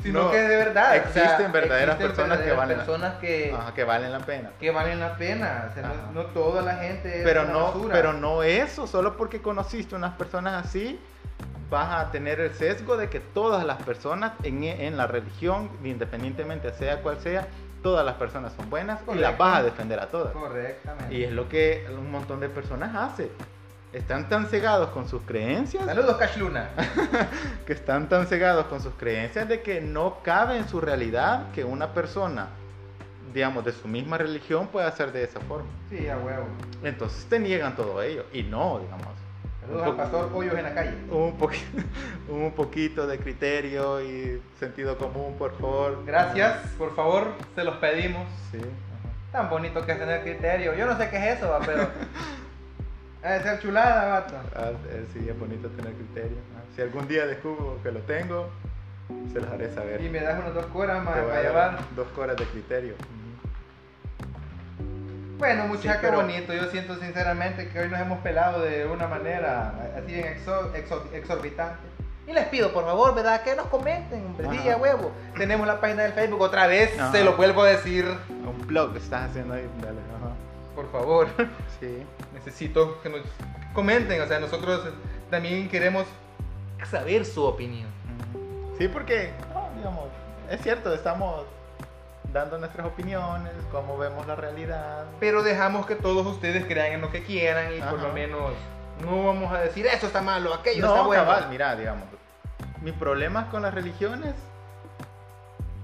Speaker 2: sino
Speaker 1: No.
Speaker 2: que de verdad. o sea,
Speaker 1: Existen verdaderas personas que
Speaker 2: verdaderas
Speaker 1: valen la-
Speaker 2: personas que,
Speaker 1: Ajá, que valen la pena.
Speaker 2: que valen la pena. o sea, no-
Speaker 1: Ajá.
Speaker 2: no, toda la gente es
Speaker 1: Pero
Speaker 2: una
Speaker 1: no,
Speaker 2: basura.
Speaker 1: pero no eso, solo porque conociste unas personas así, vas a tener el sesgo de que todas las personas en, en la religión, independientemente sea cual sea, todas las personas son buenas y las
Speaker 2: Correcto.
Speaker 1: vas a defender a todas.
Speaker 2: Correctamente.
Speaker 1: Y es lo que un montón de personas hace. Están tan cegados con sus creencias
Speaker 2: Saludos,
Speaker 1: [LAUGHS]
Speaker 2: Cash Luna.
Speaker 1: que están tan cegados con sus creencias de que no cabe en su realidad que una persona, digamos, de su misma religión pueda hacer de esa forma.
Speaker 2: Sí, a huevo.
Speaker 1: Entonces te niegan todo ello. Y no, digamos.
Speaker 2: Saludos al pastor Pollos en la calle.
Speaker 1: Un, poqui- [LAUGHS] un poquito de criterio y sentido común, por favor.
Speaker 2: Gracias, por favor, se los pedimos.
Speaker 1: Sí. ajá.
Speaker 2: Tan bonito que es tener criterio. Yo no sé qué es eso, va,
Speaker 1: [LAUGHS]
Speaker 2: pero. Ha de ser chulada, vato.
Speaker 1: Ah, eh, sí, es bonito tener criterio. Ah, Si algún día descubro que lo tengo, se los haré saber.
Speaker 2: Y me das unos dos curas
Speaker 1: Te
Speaker 2: más
Speaker 1: voy
Speaker 2: para
Speaker 1: a dar
Speaker 2: llevar.
Speaker 1: Dos horas de criterio.
Speaker 2: Bueno, muchachos,
Speaker 1: Sí, pero-
Speaker 2: bonito. Yo siento sinceramente que hoy nos hemos pelado de una manera así bien exo- exo- exorbitante. Y les pido, por favor, ¿verdad? Que nos comenten, hombre. Sí,
Speaker 1: Ajá.
Speaker 2: a huevo. Tenemos la página del Facebook otra vez.
Speaker 1: Ajá.
Speaker 2: Se lo vuelvo a decir.
Speaker 1: Un blog que estás haciendo ahí, dale. Ajá.
Speaker 2: Por favor. [LAUGHS]
Speaker 1: Sí.
Speaker 2: Necesito que nos comenten. O sea, nosotros también queremos saber su opinión.
Speaker 1: Ujú. Sí, porque, no, digamos, es cierto, estamos dando nuestras opiniones, cómo vemos la realidad.
Speaker 2: Pero dejamos que todos ustedes crean en lo que quieran y por
Speaker 1: Ajá.
Speaker 2: lo menos no vamos a decir eso está malo, aquello está
Speaker 1: No,
Speaker 2: bueno.
Speaker 1: cabal, mira, digamos, mis problemas con las religiones,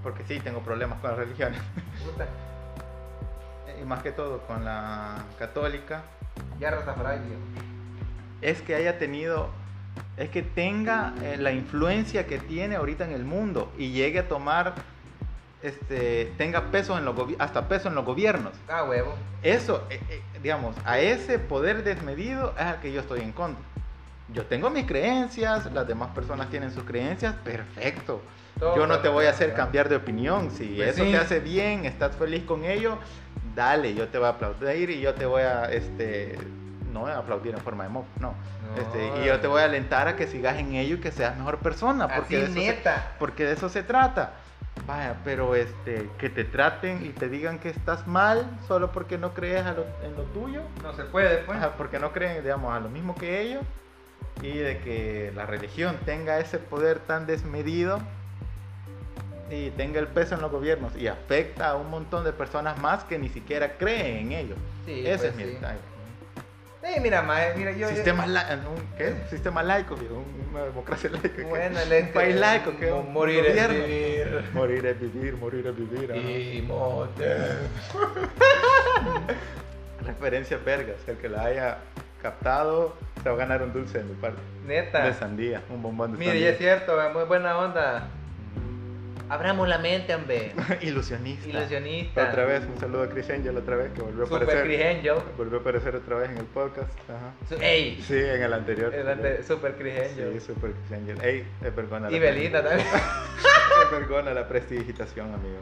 Speaker 1: porque sí, tengo problemas con las religiones, [LAUGHS]
Speaker 2: Puta,
Speaker 1: y más que todo con la católica,
Speaker 2: ya Rastafari, tío.
Speaker 1: es que haya tenido, es que tenga eh, la influencia que tiene ahorita en el mundo y llegue a tomar, este, tenga peso en los gobi- hasta peso en los gobiernos.
Speaker 2: Ah, huevo.
Speaker 1: Eso, eh, eh, digamos, a ese poder desmedido es al que yo estoy en contra. Yo tengo mis creencias, las demás personas tienen sus creencias, perfecto.
Speaker 2: Todo
Speaker 1: Yo no te voy a hacer
Speaker 2: perfecto.
Speaker 1: cambiar de opinión. Si
Speaker 2: Pues
Speaker 1: eso
Speaker 2: sí.
Speaker 1: te hace bien, estás feliz con ello, dale, yo te voy a aplaudir y yo te voy a, este, no aplaudir en forma de mof, no.
Speaker 2: No, eh,
Speaker 1: Este, y yo te voy a alentar a que sigas en ello y que seas mejor persona, porque de,
Speaker 2: Así
Speaker 1: eso se,
Speaker 2: neta.
Speaker 1: porque de eso se trata. Vaya, pero este, que te traten y te digan que estás mal solo porque no crees a lo- en lo tuyo,
Speaker 2: No se puede, pues.
Speaker 1: ajá, porque no creen, digamos, a lo mismo que ellos, y de que la religión tenga ese poder tan desmedido y tenga el peso en los gobiernos y afecta a un montón de personas más que ni siquiera creen en ello.
Speaker 2: Sí,
Speaker 1: Ese
Speaker 2: pues,
Speaker 1: es mi
Speaker 2: sí.
Speaker 1: detalle.
Speaker 2: Sí, mira, mae, mira, yo.
Speaker 1: Sistema, la- un- ¿qué? Sistema laico, viejo, una democracia laica. ¿qué?
Speaker 2: Bueno, el este,
Speaker 1: un país laico, que
Speaker 2: mo-
Speaker 1: un
Speaker 2: Morir es
Speaker 1: gobierno.
Speaker 2: vivir.
Speaker 1: Morir es vivir, morir es vivir. ajá.
Speaker 2: Y mote.
Speaker 1: Referencias vergas, el que la haya captado se va a ganar un dulce de mi parte. De
Speaker 2: Neta.
Speaker 1: sandía, un bombón de
Speaker 2: Mire,
Speaker 1: sandía.
Speaker 2: y es cierto, es muy buena onda. Abramos la
Speaker 1: [LAUGHS]
Speaker 2: mente, hombre.
Speaker 1: Ilusionista.
Speaker 2: Ilusionista.
Speaker 1: Otra vez, un saludo a Chris Angel otra vez que volvió a
Speaker 2: Super
Speaker 1: aparecer.
Speaker 2: Chris Angel.
Speaker 1: Volvió a aparecer otra vez en el podcast. Ajá.
Speaker 2: Su- Ey.
Speaker 1: Sí, en el anterior.
Speaker 2: El ante- Super Chris Angel.
Speaker 1: Sí, super Chris Angel. Ey, es vergona.
Speaker 2: y
Speaker 1: la
Speaker 2: Belinda también. [LAUGHS]
Speaker 1: pre- Es [LAUGHS] vergona la prestidigitación, amigo.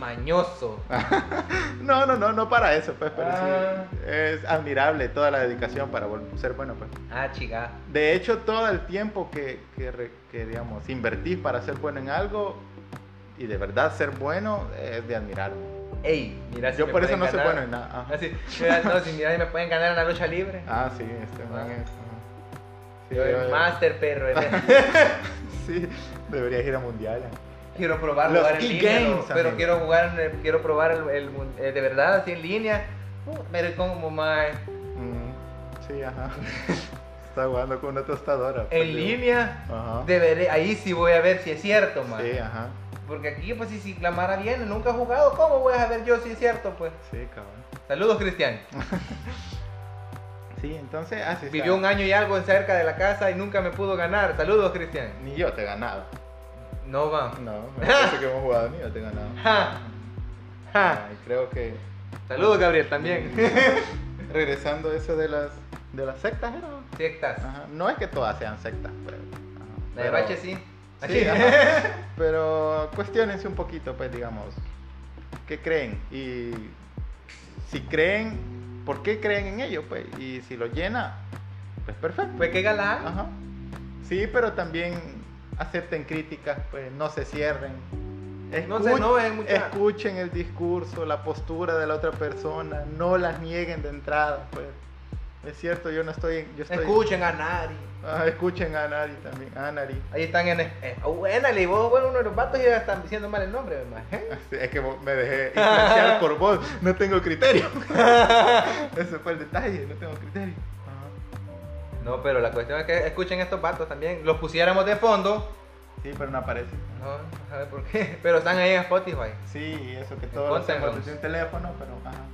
Speaker 2: Mañoso.
Speaker 1: Ah. No, no, no, no para eso, pues, pero
Speaker 2: Ah.
Speaker 1: sí. Es admirable toda la dedicación para vol- ser bueno, pues.
Speaker 2: Ah, chica.
Speaker 1: De hecho, todo el tiempo que, que, re- que, digamos, invertís para ser bueno en algo y de verdad ser bueno es de admirar.
Speaker 2: Ey, mira si
Speaker 1: Yo
Speaker 2: me
Speaker 1: por eso
Speaker 2: pueden
Speaker 1: no soy
Speaker 2: ganar.
Speaker 1: bueno en nada. Ajá.
Speaker 2: Así, mira, no, si mira, si me pueden ganar en la lucha libre.
Speaker 1: Ah, sí, este man
Speaker 2: Ah.
Speaker 1: es. ajá. Sí,
Speaker 2: Yo el
Speaker 1: yo-
Speaker 2: master perro. el-
Speaker 1: [LAUGHS] sí, deberías ir a mundiales.
Speaker 2: Quiero probar
Speaker 1: Los
Speaker 2: jugar en
Speaker 1: Kill
Speaker 2: línea,
Speaker 1: Games,
Speaker 2: no, pero
Speaker 1: amigo.
Speaker 2: quiero jugar, en el- quiero probar el, el mun- eh, de verdad así en línea. Uh, Pero como más
Speaker 1: Mm, sí,
Speaker 2: [LAUGHS]
Speaker 1: ajá. Está jugando con una tostadora. pues,
Speaker 2: en
Speaker 1: digo.
Speaker 2: línea,
Speaker 1: Ajá.
Speaker 2: deberé, ahí sí voy a ver si es cierto, man.
Speaker 1: Sí, ajá.
Speaker 2: Porque aquí, pues, si, si la Mara viene, nunca he jugado, ¿cómo voy a saber yo si es cierto, pues?
Speaker 1: Sí, cabrón.
Speaker 2: Saludos, Cristian.
Speaker 1: Sí, entonces, así
Speaker 2: Vivió un año y algo cerca de la casa y nunca me pudo ganar. Saludos, Cristian.
Speaker 1: Ni yo te he ganado.
Speaker 2: No va. [LAUGHS]
Speaker 1: No, me parece que hemos jugado, ni yo te he ganado.
Speaker 2: Ja. Ja.
Speaker 1: Ay, creo que
Speaker 2: Saludos, Gabriel, también. [LAUGHS]
Speaker 1: regresando a eso de las de las sectas, ¿era?
Speaker 2: Sectas.
Speaker 1: Ajá. No es que todas sean sectas, pero. ajá,
Speaker 2: La de
Speaker 1: Ah, pero-
Speaker 2: Bache sí.
Speaker 1: Sí,
Speaker 2: Así.
Speaker 1: ajá. [LAUGHS] Pero cuestionense un poquito, pues, digamos, ¿qué creen? Y si creen, ¿por qué creen en ello? Pues, y si lo llena, pues perfecto.
Speaker 2: [LAUGHS] Pues qué galán.
Speaker 1: Ajá. Sí, pero también acepten críticas, pues, no se cierren.
Speaker 2: No sé,
Speaker 1: Escuch-
Speaker 2: no es mucha.
Speaker 1: Escuchen el discurso, la postura de la otra persona, no las nieguen de entrada, pues. Es cierto, yo no estoy. Yo estoy
Speaker 2: Escuchen a Nari.
Speaker 1: Ah, escuchen a Nari también. A Nari.
Speaker 2: Ahí están en. Eh, Buenale, y vos, bueno, uno de los vatos ya están diciendo mal el nombre, me imagino.
Speaker 1: [LAUGHS] Es que me dejé influenciar por vos. No tengo
Speaker 2: [LAUGHS]
Speaker 1: criterio. Ese fue el detalle. No tengo criterio.
Speaker 2: No, pero la cuestión es que escuchen estos vatos también. Los pusiéramos de fondo.
Speaker 1: Sí, pero no aparece.
Speaker 2: No, no sabe por qué. [LAUGHS] Pero están ahí en Spotify.
Speaker 1: Sí, eso que todos
Speaker 2: Encontramos.
Speaker 1: hacemos desde un teléfono, pero ajá.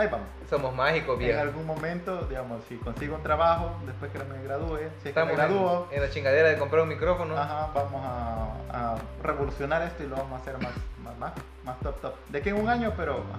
Speaker 1: Ahí vamos.
Speaker 2: Somos mágicos,
Speaker 1: En
Speaker 2: viejo.
Speaker 1: algún momento, digamos, si consigo un trabajo, después que me gradúe, si es que me
Speaker 2: Estamos
Speaker 1: gradúo,
Speaker 2: en, en la chingadera de comprar un micrófono.
Speaker 1: Ajá, vamos a, a revolucionar esto y lo vamos a hacer más, más, más, más top top. De aquí en un año, pero ajá,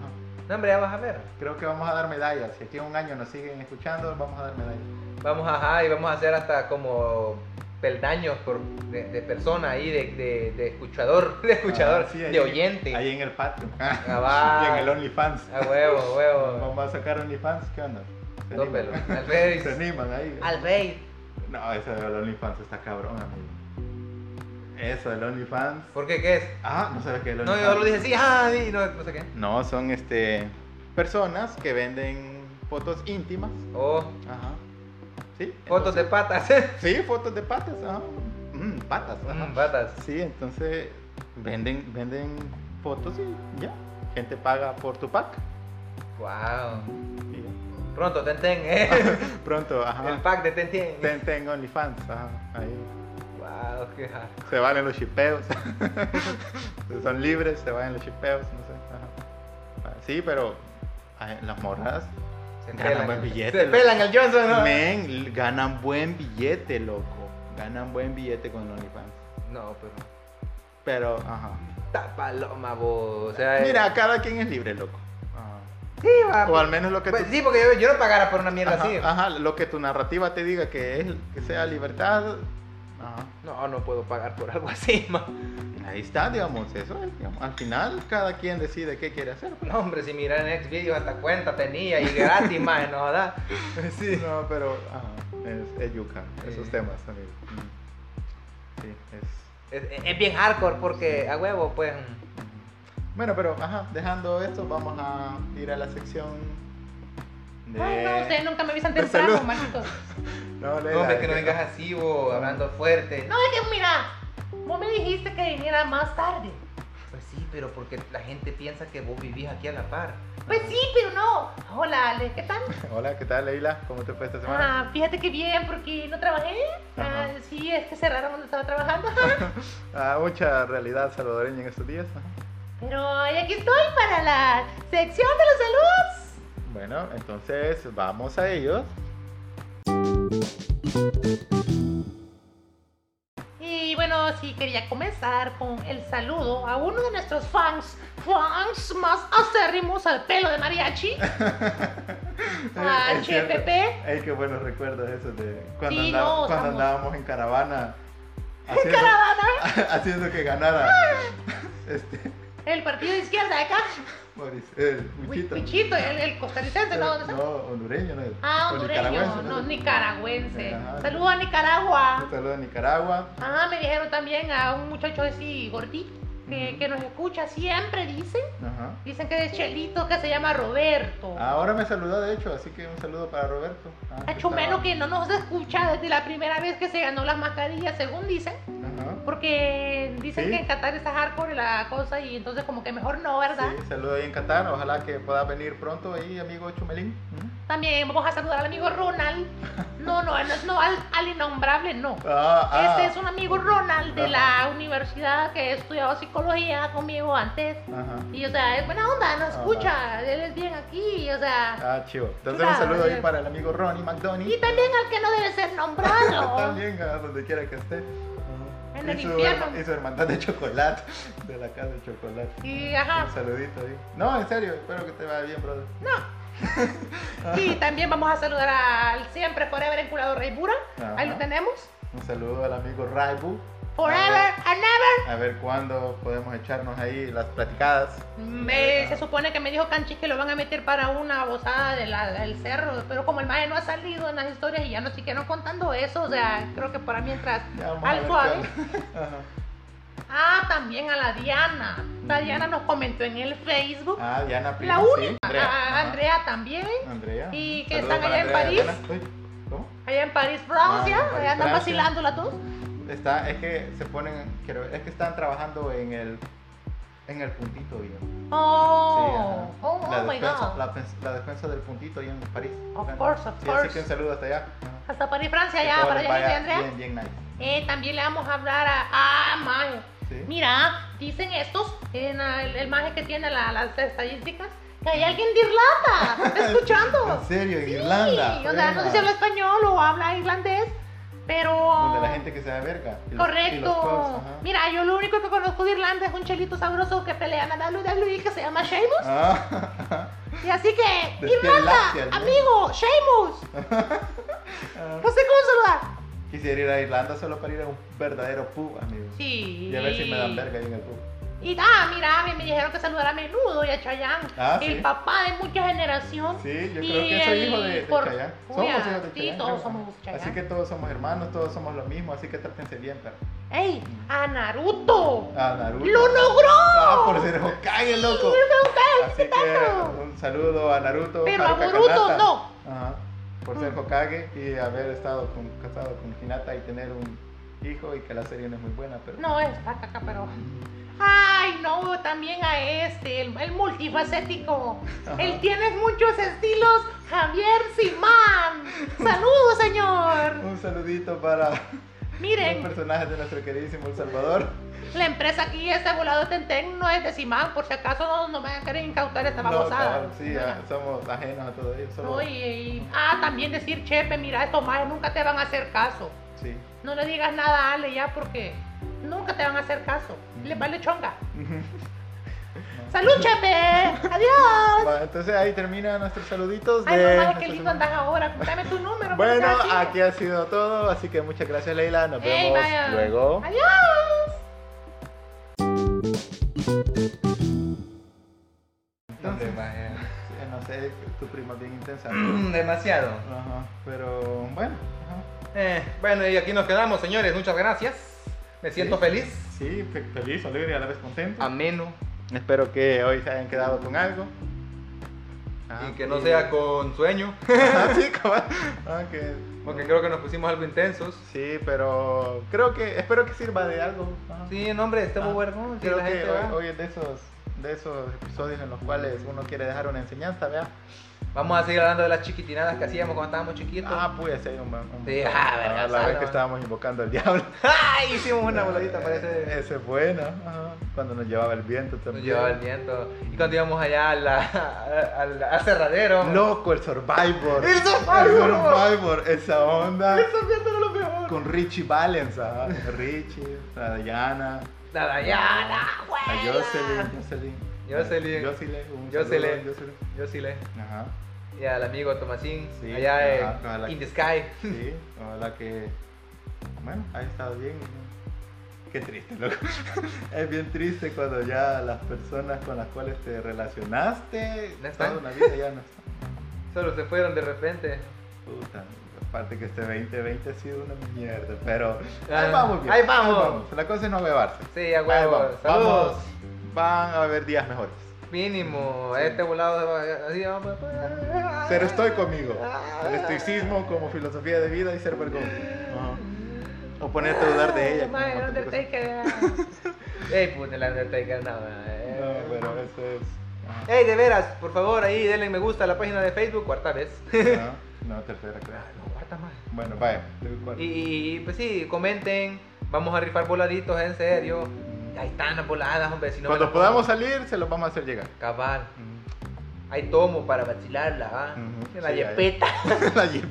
Speaker 2: No, hombre, ya vas a ver.
Speaker 1: creo que vamos a dar medallas. Si aquí en un año nos siguen escuchando, vamos a dar medallas.
Speaker 2: Vamos ajá, y vamos a hacer hasta como peldaños por, de, de persona ahí, de, de, de escuchador, [LAUGHS] de escuchador,
Speaker 1: Ajá, Ah, sí, ahí-
Speaker 2: de oyente.
Speaker 1: Ahí en el Patreon.
Speaker 2: Ah,
Speaker 1: [LAUGHS]
Speaker 2: va.
Speaker 1: y en el OnlyFans.
Speaker 2: A huevo, a huevo.
Speaker 1: [LAUGHS] Vamos a sacar OnlyFans, ¿qué onda? Se
Speaker 2: Dos
Speaker 1: animan.
Speaker 2: pelos.
Speaker 1: [LAUGHS]
Speaker 2: Al
Speaker 1: Se
Speaker 2: rey.
Speaker 1: animan ahí.
Speaker 2: Al rey.
Speaker 1: No, eso del OnlyFans está cabrón, amigo. Eso del OnlyFans.
Speaker 2: ¿Por qué? ¿Qué es?
Speaker 1: Ah, no sabes qué es el
Speaker 2: No,
Speaker 1: OnlyFans.
Speaker 2: yo lo dije sí, ah, sí, no, no sé qué.
Speaker 1: No, son este personas que venden fotos íntimas.
Speaker 2: Oh,
Speaker 1: Ajá. Sí.
Speaker 2: fotos de
Speaker 1: entonces-
Speaker 2: patas. [LAUGHS]
Speaker 1: Sí, fotos de patas, ajá. Mm, patas, ajá.
Speaker 2: Mm, patas.
Speaker 1: Sí, entonces venden venden fotos y ya. Gente paga por tu pack.
Speaker 2: Wow.
Speaker 1: y
Speaker 2: [LAUGHS]
Speaker 1: ya.
Speaker 2: Pronto, ten ten,
Speaker 1: [LAUGHS]
Speaker 2: eh.
Speaker 1: Pronto, ajá.
Speaker 2: El pack de ten ten.
Speaker 1: Ten, ten OnlyFans, ajá. Ahí.
Speaker 2: Wow, qué hard.
Speaker 1: Se valen los chipeos. [LAUGHS] Son libres, se valen los chipeos, no sé. ajá. Ah, Sí, pero ay, las morras
Speaker 2: Se
Speaker 1: Ganan buen billete,
Speaker 2: Se
Speaker 1: loco.
Speaker 2: pelan el Johnson, ¿no?
Speaker 1: Men, ganan buen billete, loco. Ganan buen billete con OnlyFans.
Speaker 2: No, pero.
Speaker 1: Pero, ajá.
Speaker 2: Está paloma, vos. O sea, eh,
Speaker 1: Mira, cada quien es libre, loco.
Speaker 2: Sí, va.
Speaker 1: O al menos lo que
Speaker 2: Pues,
Speaker 1: tú-
Speaker 2: sí, porque yo, yo no pagara por una mierda
Speaker 1: ajá,
Speaker 2: así.
Speaker 1: ajá, lo que tu narrativa te diga que es que sea libertad. Ajá.
Speaker 2: No, no puedo pagar por algo así, [LAUGHS] ma.
Speaker 1: Ahí está, digamos, eso es, digamos. Al final cada quien decide qué quiere hacer. pues.
Speaker 2: No, hombre, si miran en Xvideos hasta cuenta tenía y gratis, ma, no, ¿verdad? [LAUGHS] Sí.
Speaker 1: No, pero ajá, es, es yuca, esos
Speaker 2: Sí.
Speaker 1: temas, amigo. Mm. Sí, es.
Speaker 2: Es, es bien hardcore porque a huevo, pues.
Speaker 1: Bueno, pero ajá, dejando esto, vamos a ir a la sección de
Speaker 3: Ay, no, ustedes nunca me avisan
Speaker 1: de
Speaker 3: temprano,
Speaker 1: salud. [LAUGHS]
Speaker 3: manitos.
Speaker 1: No, Leila,
Speaker 2: No, hombre, que no
Speaker 1: es
Speaker 2: vengas así, vos, hablando fuerte.
Speaker 3: No, es que mira, vos me dijiste que viniera más tarde.
Speaker 2: Pues sí, pero porque la gente piensa que vos vivís aquí a la par.
Speaker 3: Pues sí, pero no. Hola, Ale, ¿qué tal?
Speaker 1: Hola, ¿qué tal, Leila? ¿Cómo te fue esta semana?
Speaker 3: Ah, fíjate que bien, porque no trabajé. Ah,
Speaker 1: Ajá.
Speaker 3: sí, es que cerraron donde estaba trabajando. [LAUGHS]
Speaker 1: Ah, mucha realidad salvadoreña en estos días. ajá.
Speaker 3: Pero ay, aquí estoy para la sección de los saludos.
Speaker 1: Bueno, entonces vamos a ellos.
Speaker 3: Y bueno, sí, quería comenzar con el saludo a uno de nuestros fans, fans más acérrimos al pelo
Speaker 1: [LAUGHS]
Speaker 3: de mariachi, a
Speaker 1: Es cierto.
Speaker 3: HPP.
Speaker 1: Ay, qué buenos recuerdos esos de cuando,
Speaker 3: Ah, Sí,
Speaker 1: andaba-
Speaker 3: no,
Speaker 1: cuando
Speaker 3: estamos-
Speaker 1: andábamos en caravana. Haciendo, [LAUGHS] haciendo que ganara
Speaker 3: Ah.
Speaker 1: este,
Speaker 3: El partido de izquierda de acá,
Speaker 1: Mauricio, el
Speaker 3: Huichito,
Speaker 1: Wichito. Eh,
Speaker 3: el, el costarricense, ¿no? ¿Dónde está?
Speaker 1: Ah. No, hondureño, no.
Speaker 3: Ah,
Speaker 1: O
Speaker 3: hondureño,
Speaker 1: nicaragüense,
Speaker 3: no, nicaragüense.
Speaker 1: Ajá.
Speaker 3: Saludos a
Speaker 1: Un
Speaker 3: Nicaragua.
Speaker 1: saludo a Nicaragua.
Speaker 3: Ah, me dijeron también a un muchacho así gordito que, que nos escucha siempre, dicen.
Speaker 1: Ajá.
Speaker 3: Dicen que es Chelito, que se llama Roberto.
Speaker 1: Ahora me saludó, de hecho, así que un saludo para Roberto. Ah, que
Speaker 3: A Chumelo
Speaker 1: estaba-
Speaker 3: que no nos escucha desde la primera vez que se ganó las mascarillas, según dicen.
Speaker 1: Ajá.
Speaker 3: Porque dicen
Speaker 1: Sí.
Speaker 3: que en Qatar está hardcore la cosa y entonces como que mejor no, ¿verdad?
Speaker 1: Sí, saludo ahí en Qatar. Ojalá que pueda venir pronto ahí, amigo Chumelín. Ujú.
Speaker 3: También vamos a saludar al amigo Ronald. No, no, no, no, al, al innombrable no.
Speaker 1: Ah, ah.
Speaker 3: Este es un amigo Ronald de la universidad que estudiaba psicología conmigo antes.
Speaker 1: Ajá.
Speaker 3: Y o sea, es buena onda, no escucha, él es bien aquí, y, o sea.
Speaker 1: Ah, chivo. Entonces
Speaker 3: Chulada,
Speaker 1: un saludo ahí
Speaker 3: bien.
Speaker 1: para el amigo Ronnie McDonnie.
Speaker 3: Y también al que no debe ser nombrado.
Speaker 1: [LAUGHS] También, a donde quiera que esté.
Speaker 3: En
Speaker 1: Y
Speaker 3: el
Speaker 1: su-
Speaker 3: infierno.
Speaker 1: Y su hermandad de chocolate, [LAUGHS] de la casa de chocolate.
Speaker 3: Y ajá.
Speaker 1: Un saludito ahí. No, en serio, espero que te vaya bien, brother.
Speaker 3: Y también vamos a saludar al siempre Forever Enculado Rey Bura.
Speaker 1: Ajá.
Speaker 3: Ahí lo tenemos.
Speaker 1: Un saludo al amigo Raibu.
Speaker 3: Forever and ever.
Speaker 1: A ver cuándo podemos echarnos ahí las platicadas.
Speaker 3: Me- se supone que me dijo Canchi que lo van a meter para una bozada de la- del cerro, pero como el maje no ha salido en las historias y ya nos siguieron contando eso, o sea, creo que para mientras
Speaker 1: Mm. Ya vamos a
Speaker 3: al
Speaker 1: ver
Speaker 3: suave,
Speaker 1: qué onda. [LAUGHS] Ajá.
Speaker 3: Ah, también a la Diana. La
Speaker 1: Ujú.
Speaker 3: Diana nos comentó en el Facebook.
Speaker 1: Mm. Ah, Diana Prima,
Speaker 3: la
Speaker 1: sí,
Speaker 3: única.
Speaker 1: Andrea.
Speaker 3: Ah,
Speaker 1: ajá.
Speaker 3: Andrea también.
Speaker 1: Andrea.
Speaker 3: Y que
Speaker 1: Saludos
Speaker 3: están
Speaker 1: para
Speaker 3: allá en
Speaker 1: Andrea y
Speaker 3: París.
Speaker 1: Diana. Uy, ¿Cómo?
Speaker 3: Allá en París, Francia.
Speaker 1: Ah, en París,
Speaker 3: allá andan
Speaker 1: Francia.
Speaker 3: vacilando las dos.
Speaker 1: Está, es que se ponen, quiero ver, es que están trabajando en el, en el puntito, viejo. Sí, ajá.
Speaker 3: Oh, oh, oh
Speaker 1: la,
Speaker 3: my
Speaker 1: defensa,
Speaker 3: god.
Speaker 1: la, pens- la defensa del puntito ahí en París.
Speaker 3: Of
Speaker 1: Bueno,
Speaker 3: course, of
Speaker 1: sí,
Speaker 3: course.
Speaker 1: Así que un saludo hasta allá. Ajá.
Speaker 3: Hasta París, Francia,
Speaker 1: Que
Speaker 3: allá,
Speaker 1: todo
Speaker 3: para
Speaker 1: les
Speaker 3: allá, gente,
Speaker 1: vaya
Speaker 3: Andrea.
Speaker 1: Bien, bien nice.
Speaker 3: Eh, también le vamos a hablar a. Ah, maje.
Speaker 1: Sí.
Speaker 3: Mira, dicen estos, en ah, el, el maje que tiene la- las estadísticas, que hay alguien de Irlanda.
Speaker 1: [LAUGHS]
Speaker 3: ¿Está escuchando?
Speaker 1: En serio, en
Speaker 3: Sí,
Speaker 1: Irlanda.
Speaker 3: O sea, no sé si habla español o habla irlandés, pero.
Speaker 1: Donde la gente que se da verga. y los- y los pubs,
Speaker 3: Correcto.
Speaker 1: ajá.
Speaker 3: Mira, yo lo único que conozco de Irlanda es un chelito sabroso que pelea en la WWE E que se llama Sheamus.
Speaker 1: Ah, [LAUGHS]
Speaker 3: Y así que,
Speaker 1: Desde
Speaker 3: Irlanda,
Speaker 1: Lancia, ¿no?
Speaker 3: amigo, Sheamus,
Speaker 1: ah.
Speaker 3: no sé cómo saludar.
Speaker 1: Quisiera ir a Irlanda solo para ir a un verdadero pub, amigo.
Speaker 3: Sí.
Speaker 1: Y a ver si me dan verga ahí en el pub.
Speaker 3: Y ah, mira, me, me dijeron que saludara a menudo y a Chayanne,
Speaker 1: Ah,
Speaker 3: el
Speaker 1: sí.
Speaker 3: papá de mucha generación.
Speaker 1: Sí, yo
Speaker 3: Y
Speaker 1: creo que soy
Speaker 3: el
Speaker 1: hijo de, de
Speaker 3: por-
Speaker 1: Chayanne. Somos
Speaker 3: Uy,
Speaker 1: hijos
Speaker 3: ah,
Speaker 1: de
Speaker 3: sí,
Speaker 1: Chayanne,
Speaker 3: todos
Speaker 1: creo.
Speaker 3: somos de Chayanne.
Speaker 1: Así que todos somos hermanos, todos somos lo mismo, así que trátense bien, pero.
Speaker 3: ¡Ey! ¡A Naruto!
Speaker 1: Ah, Naruto.
Speaker 3: ¡Lo logró!
Speaker 1: Ah, por ser Hokage, loco. Así que
Speaker 3: tanto.
Speaker 1: un saludo a Naruto.
Speaker 3: Pero a
Speaker 1: Haruka
Speaker 3: Boruto
Speaker 1: Kanata.
Speaker 3: no.
Speaker 1: Ajá. Por ser
Speaker 3: Mm.
Speaker 1: Hokage y haber estado con, casado con Hinata y tener un hijo y que la serie no es muy buena, pero.
Speaker 3: No, está caca, pero. Ay, no, también a este, el, el multifacético.
Speaker 1: Ajá.
Speaker 3: Él tiene muchos estilos, Javier Simán. Saludos, señor.
Speaker 1: Un saludito para los
Speaker 3: Miren,
Speaker 1: personajes de nuestro queridísimo El Salvador.
Speaker 3: la empresa aquí, este volado Tenten, no es de Simán, por si acaso no, no me van a querer incautar esta
Speaker 1: No,
Speaker 3: babosada.
Speaker 1: cabal, sí, ah, somos ajenos a todo ello. solo-
Speaker 3: No, y- y- ah, también decir, Chepe, mira, estos más nunca te van a hacer caso.
Speaker 1: Sí.
Speaker 3: No le digas nada a Ale ya porque nunca te van a hacer caso. Les vale chonga. [LAUGHS] ¡Salud, Chepe! ¡Adiós!
Speaker 1: Va, entonces ahí termina nuestros saluditos.
Speaker 3: Ay,
Speaker 1: de
Speaker 3: mamá, qué
Speaker 1: nuestra
Speaker 3: lindo
Speaker 1: semana.
Speaker 3: andas ahora. Dame tu número. pues,
Speaker 1: Bueno,
Speaker 3: porque estás
Speaker 1: aquí ha sido todo, así que muchas gracias Leila, nos
Speaker 3: Ey,
Speaker 1: vemos
Speaker 3: vaya.
Speaker 1: luego.
Speaker 3: ¡Adiós!
Speaker 1: Entonces,
Speaker 2: vaya.
Speaker 1: eh, no sé, tu prima es bien intensa.
Speaker 2: [CLEARS THROAT]
Speaker 3: [CLEARS THROAT]
Speaker 2: Demasiado.
Speaker 1: Ajá, pero bueno, ajá.
Speaker 2: Eh, bueno, y aquí nos quedamos, señores. Muchas gracias. Me siento
Speaker 1: Sí.
Speaker 2: feliz.
Speaker 1: sí, fe- feliz, alegre y a la vez contento.
Speaker 2: Ameno.
Speaker 1: Espero que hoy se hayan quedado con algo. Ah,
Speaker 2: y que no
Speaker 1: [LAUGHS]
Speaker 2: sea con sueño. [LAUGHS]
Speaker 1: Ah, sí, [LAUGHS] cabal. Ah, que-
Speaker 2: Porque creo que nos pusimos algo intensos.
Speaker 1: Sí, pero creo que, espero que sirva de algo. ajá.
Speaker 2: Sí, no, hombre, este
Speaker 1: Ah,
Speaker 2: huergo.
Speaker 1: Creo que hoy, hoy es de esos, de esos episodios en los cuales uno quiere dejar una enseñanza, ¿vea?
Speaker 2: Vamos a seguir hablando de las chiquitinadas que hacíamos cuando estábamos chiquitos.
Speaker 1: Ah, puede ser un, un-
Speaker 2: Sí,
Speaker 1: un-
Speaker 2: ah, verga,
Speaker 1: la vez
Speaker 2: salva.
Speaker 1: que estábamos invocando al diablo.
Speaker 2: [LAUGHS] ¡Ay! Hicimos [LAUGHS] una voladita,
Speaker 1: Eh,
Speaker 2: parece.
Speaker 1: Ese es bueno. ajá. Cuando nos llevaba el viento también.
Speaker 2: Nos llevaba el viento. Y cuando íbamos allá a la- [LAUGHS] al, al aserradero.
Speaker 1: Loco, el Survivor.
Speaker 2: El Survivor.
Speaker 1: El Survivor, esa onda.
Speaker 2: Eso viendo era lo peor.
Speaker 1: Con Richie Valens, ajá. Richie, la Diana,
Speaker 2: La Dayana, güey.
Speaker 1: la Jocelyn, Jocelyn.
Speaker 2: Jocelyn.
Speaker 1: Jocelyn. un
Speaker 2: Jocelyn.
Speaker 1: saludo, Jocelyn.
Speaker 2: Yo sí le.
Speaker 1: Ajá.
Speaker 2: Y al amigo Tomasín.
Speaker 1: Sí,
Speaker 2: allá en
Speaker 1: ajá, ojalá.
Speaker 2: In the Sky.
Speaker 1: Sí, ojalá que. Bueno, ha estado bien. ¿no? Qué triste, loco. [LAUGHS] es bien triste cuando ya las personas con las cuales te relacionaste
Speaker 2: No están.
Speaker 1: toda una vida ya no están.
Speaker 2: Solo se fueron de repente.
Speaker 1: Puta, aparte que este 2020 ha sido una mierda, pero
Speaker 2: Ah,
Speaker 1: ahí vamos bien.
Speaker 2: ahí vamos.
Speaker 1: La cosa es no bebarse.
Speaker 2: Sí, a
Speaker 1: Ahí
Speaker 2: huevo.
Speaker 1: vamos.
Speaker 2: Saludos.
Speaker 1: Vamos. Van a haber días mejores.
Speaker 2: Mínimo.
Speaker 1: Sí.
Speaker 2: Este volado. Así vamos. ah,
Speaker 1: Ser estoy conmigo. El estoicismo como filosofía de vida y ser vergón. Ajá. O ponerte a dudar de ella. como
Speaker 3: Madre,
Speaker 1: un montón de cosas.
Speaker 3: Undertaker.
Speaker 2: ah". Ey, puta, la Undertaker. No, eh.
Speaker 1: No, pero eso es.
Speaker 2: [LAUGHS]
Speaker 1: ajá.
Speaker 2: Ey, de veras, por favor, ahí denle me gusta a la página de Facebook, cuarta vez. [LAUGHS]
Speaker 1: No, no, tercera, creo.
Speaker 2: Ah, no, cuarta más.
Speaker 1: Bueno, vaya.
Speaker 2: Y, y- y, pues sí, comenten, vamos a rifar voladitos en serio. Ahí están las voladas, hombre, si no Mm. me
Speaker 1: Cuando
Speaker 2: las
Speaker 1: podamos salir, se los vamos a hacer llegar.
Speaker 2: pongo. Cabal,
Speaker 1: [LAUGHS]
Speaker 2: hay tomo para vacilarla, ¿ah?
Speaker 1: Ujú,
Speaker 2: En la
Speaker 1: sí, ahí.
Speaker 2: yepeta. [LAUGHS]
Speaker 1: La Jeep.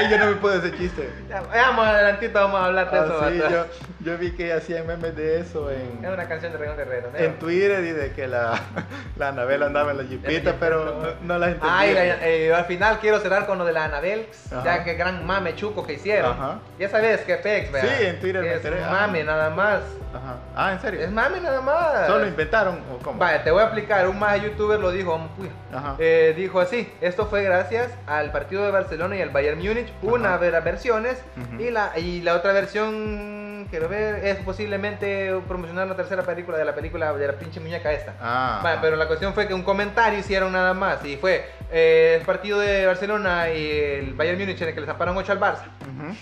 Speaker 1: Ey, yo no me puedo ese chiste.
Speaker 2: Ya, Vamos adelantito, vamos a hablar de eso.
Speaker 1: Ah, sí,
Speaker 2: vato.
Speaker 1: yo, yo vi que hacían memes de eso
Speaker 2: Es
Speaker 1: en,
Speaker 2: una canción de Regón Guerrero, ¿no?
Speaker 1: en Twitter y de que la, [LAUGHS] la Anabel andaba en la jeepita,
Speaker 2: jeepeta.
Speaker 1: pero no, no la entendí.
Speaker 2: Ay, la- eh, al final quiero cerrar con lo de la Anabel,
Speaker 1: Ajá.
Speaker 2: ya que gran mame chuco que hicieron.
Speaker 1: Ajá.
Speaker 2: Ya sabes que Pex, ¿verdad?
Speaker 1: Sí, en Twitter me
Speaker 2: es
Speaker 1: enteré, Ah. ajá.
Speaker 2: mame nada más.
Speaker 1: Ajá. Ah, ¿en serio?
Speaker 2: Es mame nada más.
Speaker 1: ¿Solo inventaron o cómo?
Speaker 2: Vaya, te voy a explicar. Un más youtuber lo dijo. uy,
Speaker 1: Ajá.
Speaker 2: eh, dijo así: Esto fue gracias al partido de Barcelona y al Bayern Múnich. Una
Speaker 1: Ajá.
Speaker 2: de las versiones.
Speaker 1: Ujú.
Speaker 2: y, la, y la otra versión mm, quiero ver, es posiblemente promocionar una tercera película de la película de la pinche muñeca esta.
Speaker 1: Ah,
Speaker 2: Va, pero la cuestión fue que un comentario hicieron nada más y fue eh, el partido de Barcelona y el Bayern Múnich en el que le zaparon 8 al Barça. [LAUGHS]
Speaker 1: ujú,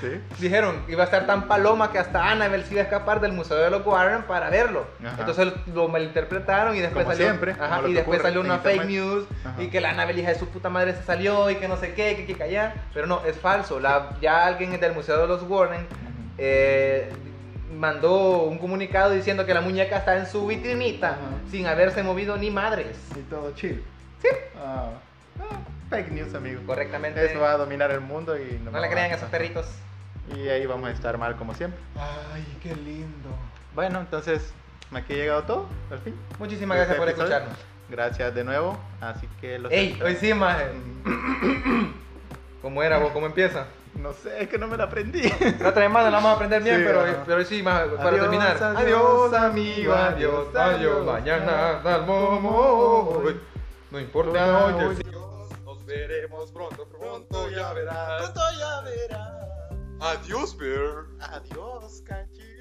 Speaker 1: sí.
Speaker 2: Dijeron que iba a estar tan paloma que hasta Annabelle se iba a escapar del Museo de los Warren para verlo.
Speaker 1: Ajá.
Speaker 2: Entonces lo malinterpretaron y después
Speaker 1: Como
Speaker 2: salió,
Speaker 1: siempre,
Speaker 2: ajá,
Speaker 1: como lo
Speaker 2: y
Speaker 1: que
Speaker 2: después
Speaker 1: ocurre
Speaker 2: salió
Speaker 1: en
Speaker 2: una
Speaker 1: internet.
Speaker 2: fake news
Speaker 1: Ajá.
Speaker 2: y que la Annabelle hija de su puta madre se salió y que no sé qué, que que callar. Pero no, es falso. La, ya alguien del Museo de los Warren
Speaker 1: Ujú.
Speaker 2: eh, mandó un comunicado diciendo que la muñeca está en su vitrinita
Speaker 1: Ajá.
Speaker 2: sin haberse movido ni madres.
Speaker 1: Y todo chill. Sí. Ah, ah, fake news, amigo.
Speaker 2: Correctamente.
Speaker 1: Eso va a dominar el mundo y nos
Speaker 2: No le
Speaker 1: vamos
Speaker 2: crean
Speaker 1: a-
Speaker 2: a esos perritos.
Speaker 1: Y ahí vamos a estar mal como siempre.
Speaker 2: Ay, qué lindo.
Speaker 1: Bueno, entonces, aquí ha llegado todo, al fin.
Speaker 2: Muchísimas gracias por
Speaker 1: Este episodio.
Speaker 2: escucharnos.
Speaker 1: Gracias de nuevo, así que los...
Speaker 2: Ey, hoy sí, [CLEARS THROAT] maje. ¿Cómo era vos? ¿Cómo empieza?
Speaker 1: No sé, es que no me la aprendí.
Speaker 2: La otra semana la vamos a aprender bien,
Speaker 1: Sí,
Speaker 2: pero,
Speaker 1: ajá.
Speaker 2: pero hoy sí, maje, para
Speaker 1: Adiós,
Speaker 2: terminar.
Speaker 1: adiós, amigo, adiós, adiós.
Speaker 2: Mañana salmos hoy. [LAUGHS] No importa
Speaker 1: Hoy.
Speaker 2: hoy. el Dios, Nos veremos pronto, pronto ya verás.
Speaker 1: ya verás.
Speaker 2: Adiós, Bear.
Speaker 1: Adiós, cachi.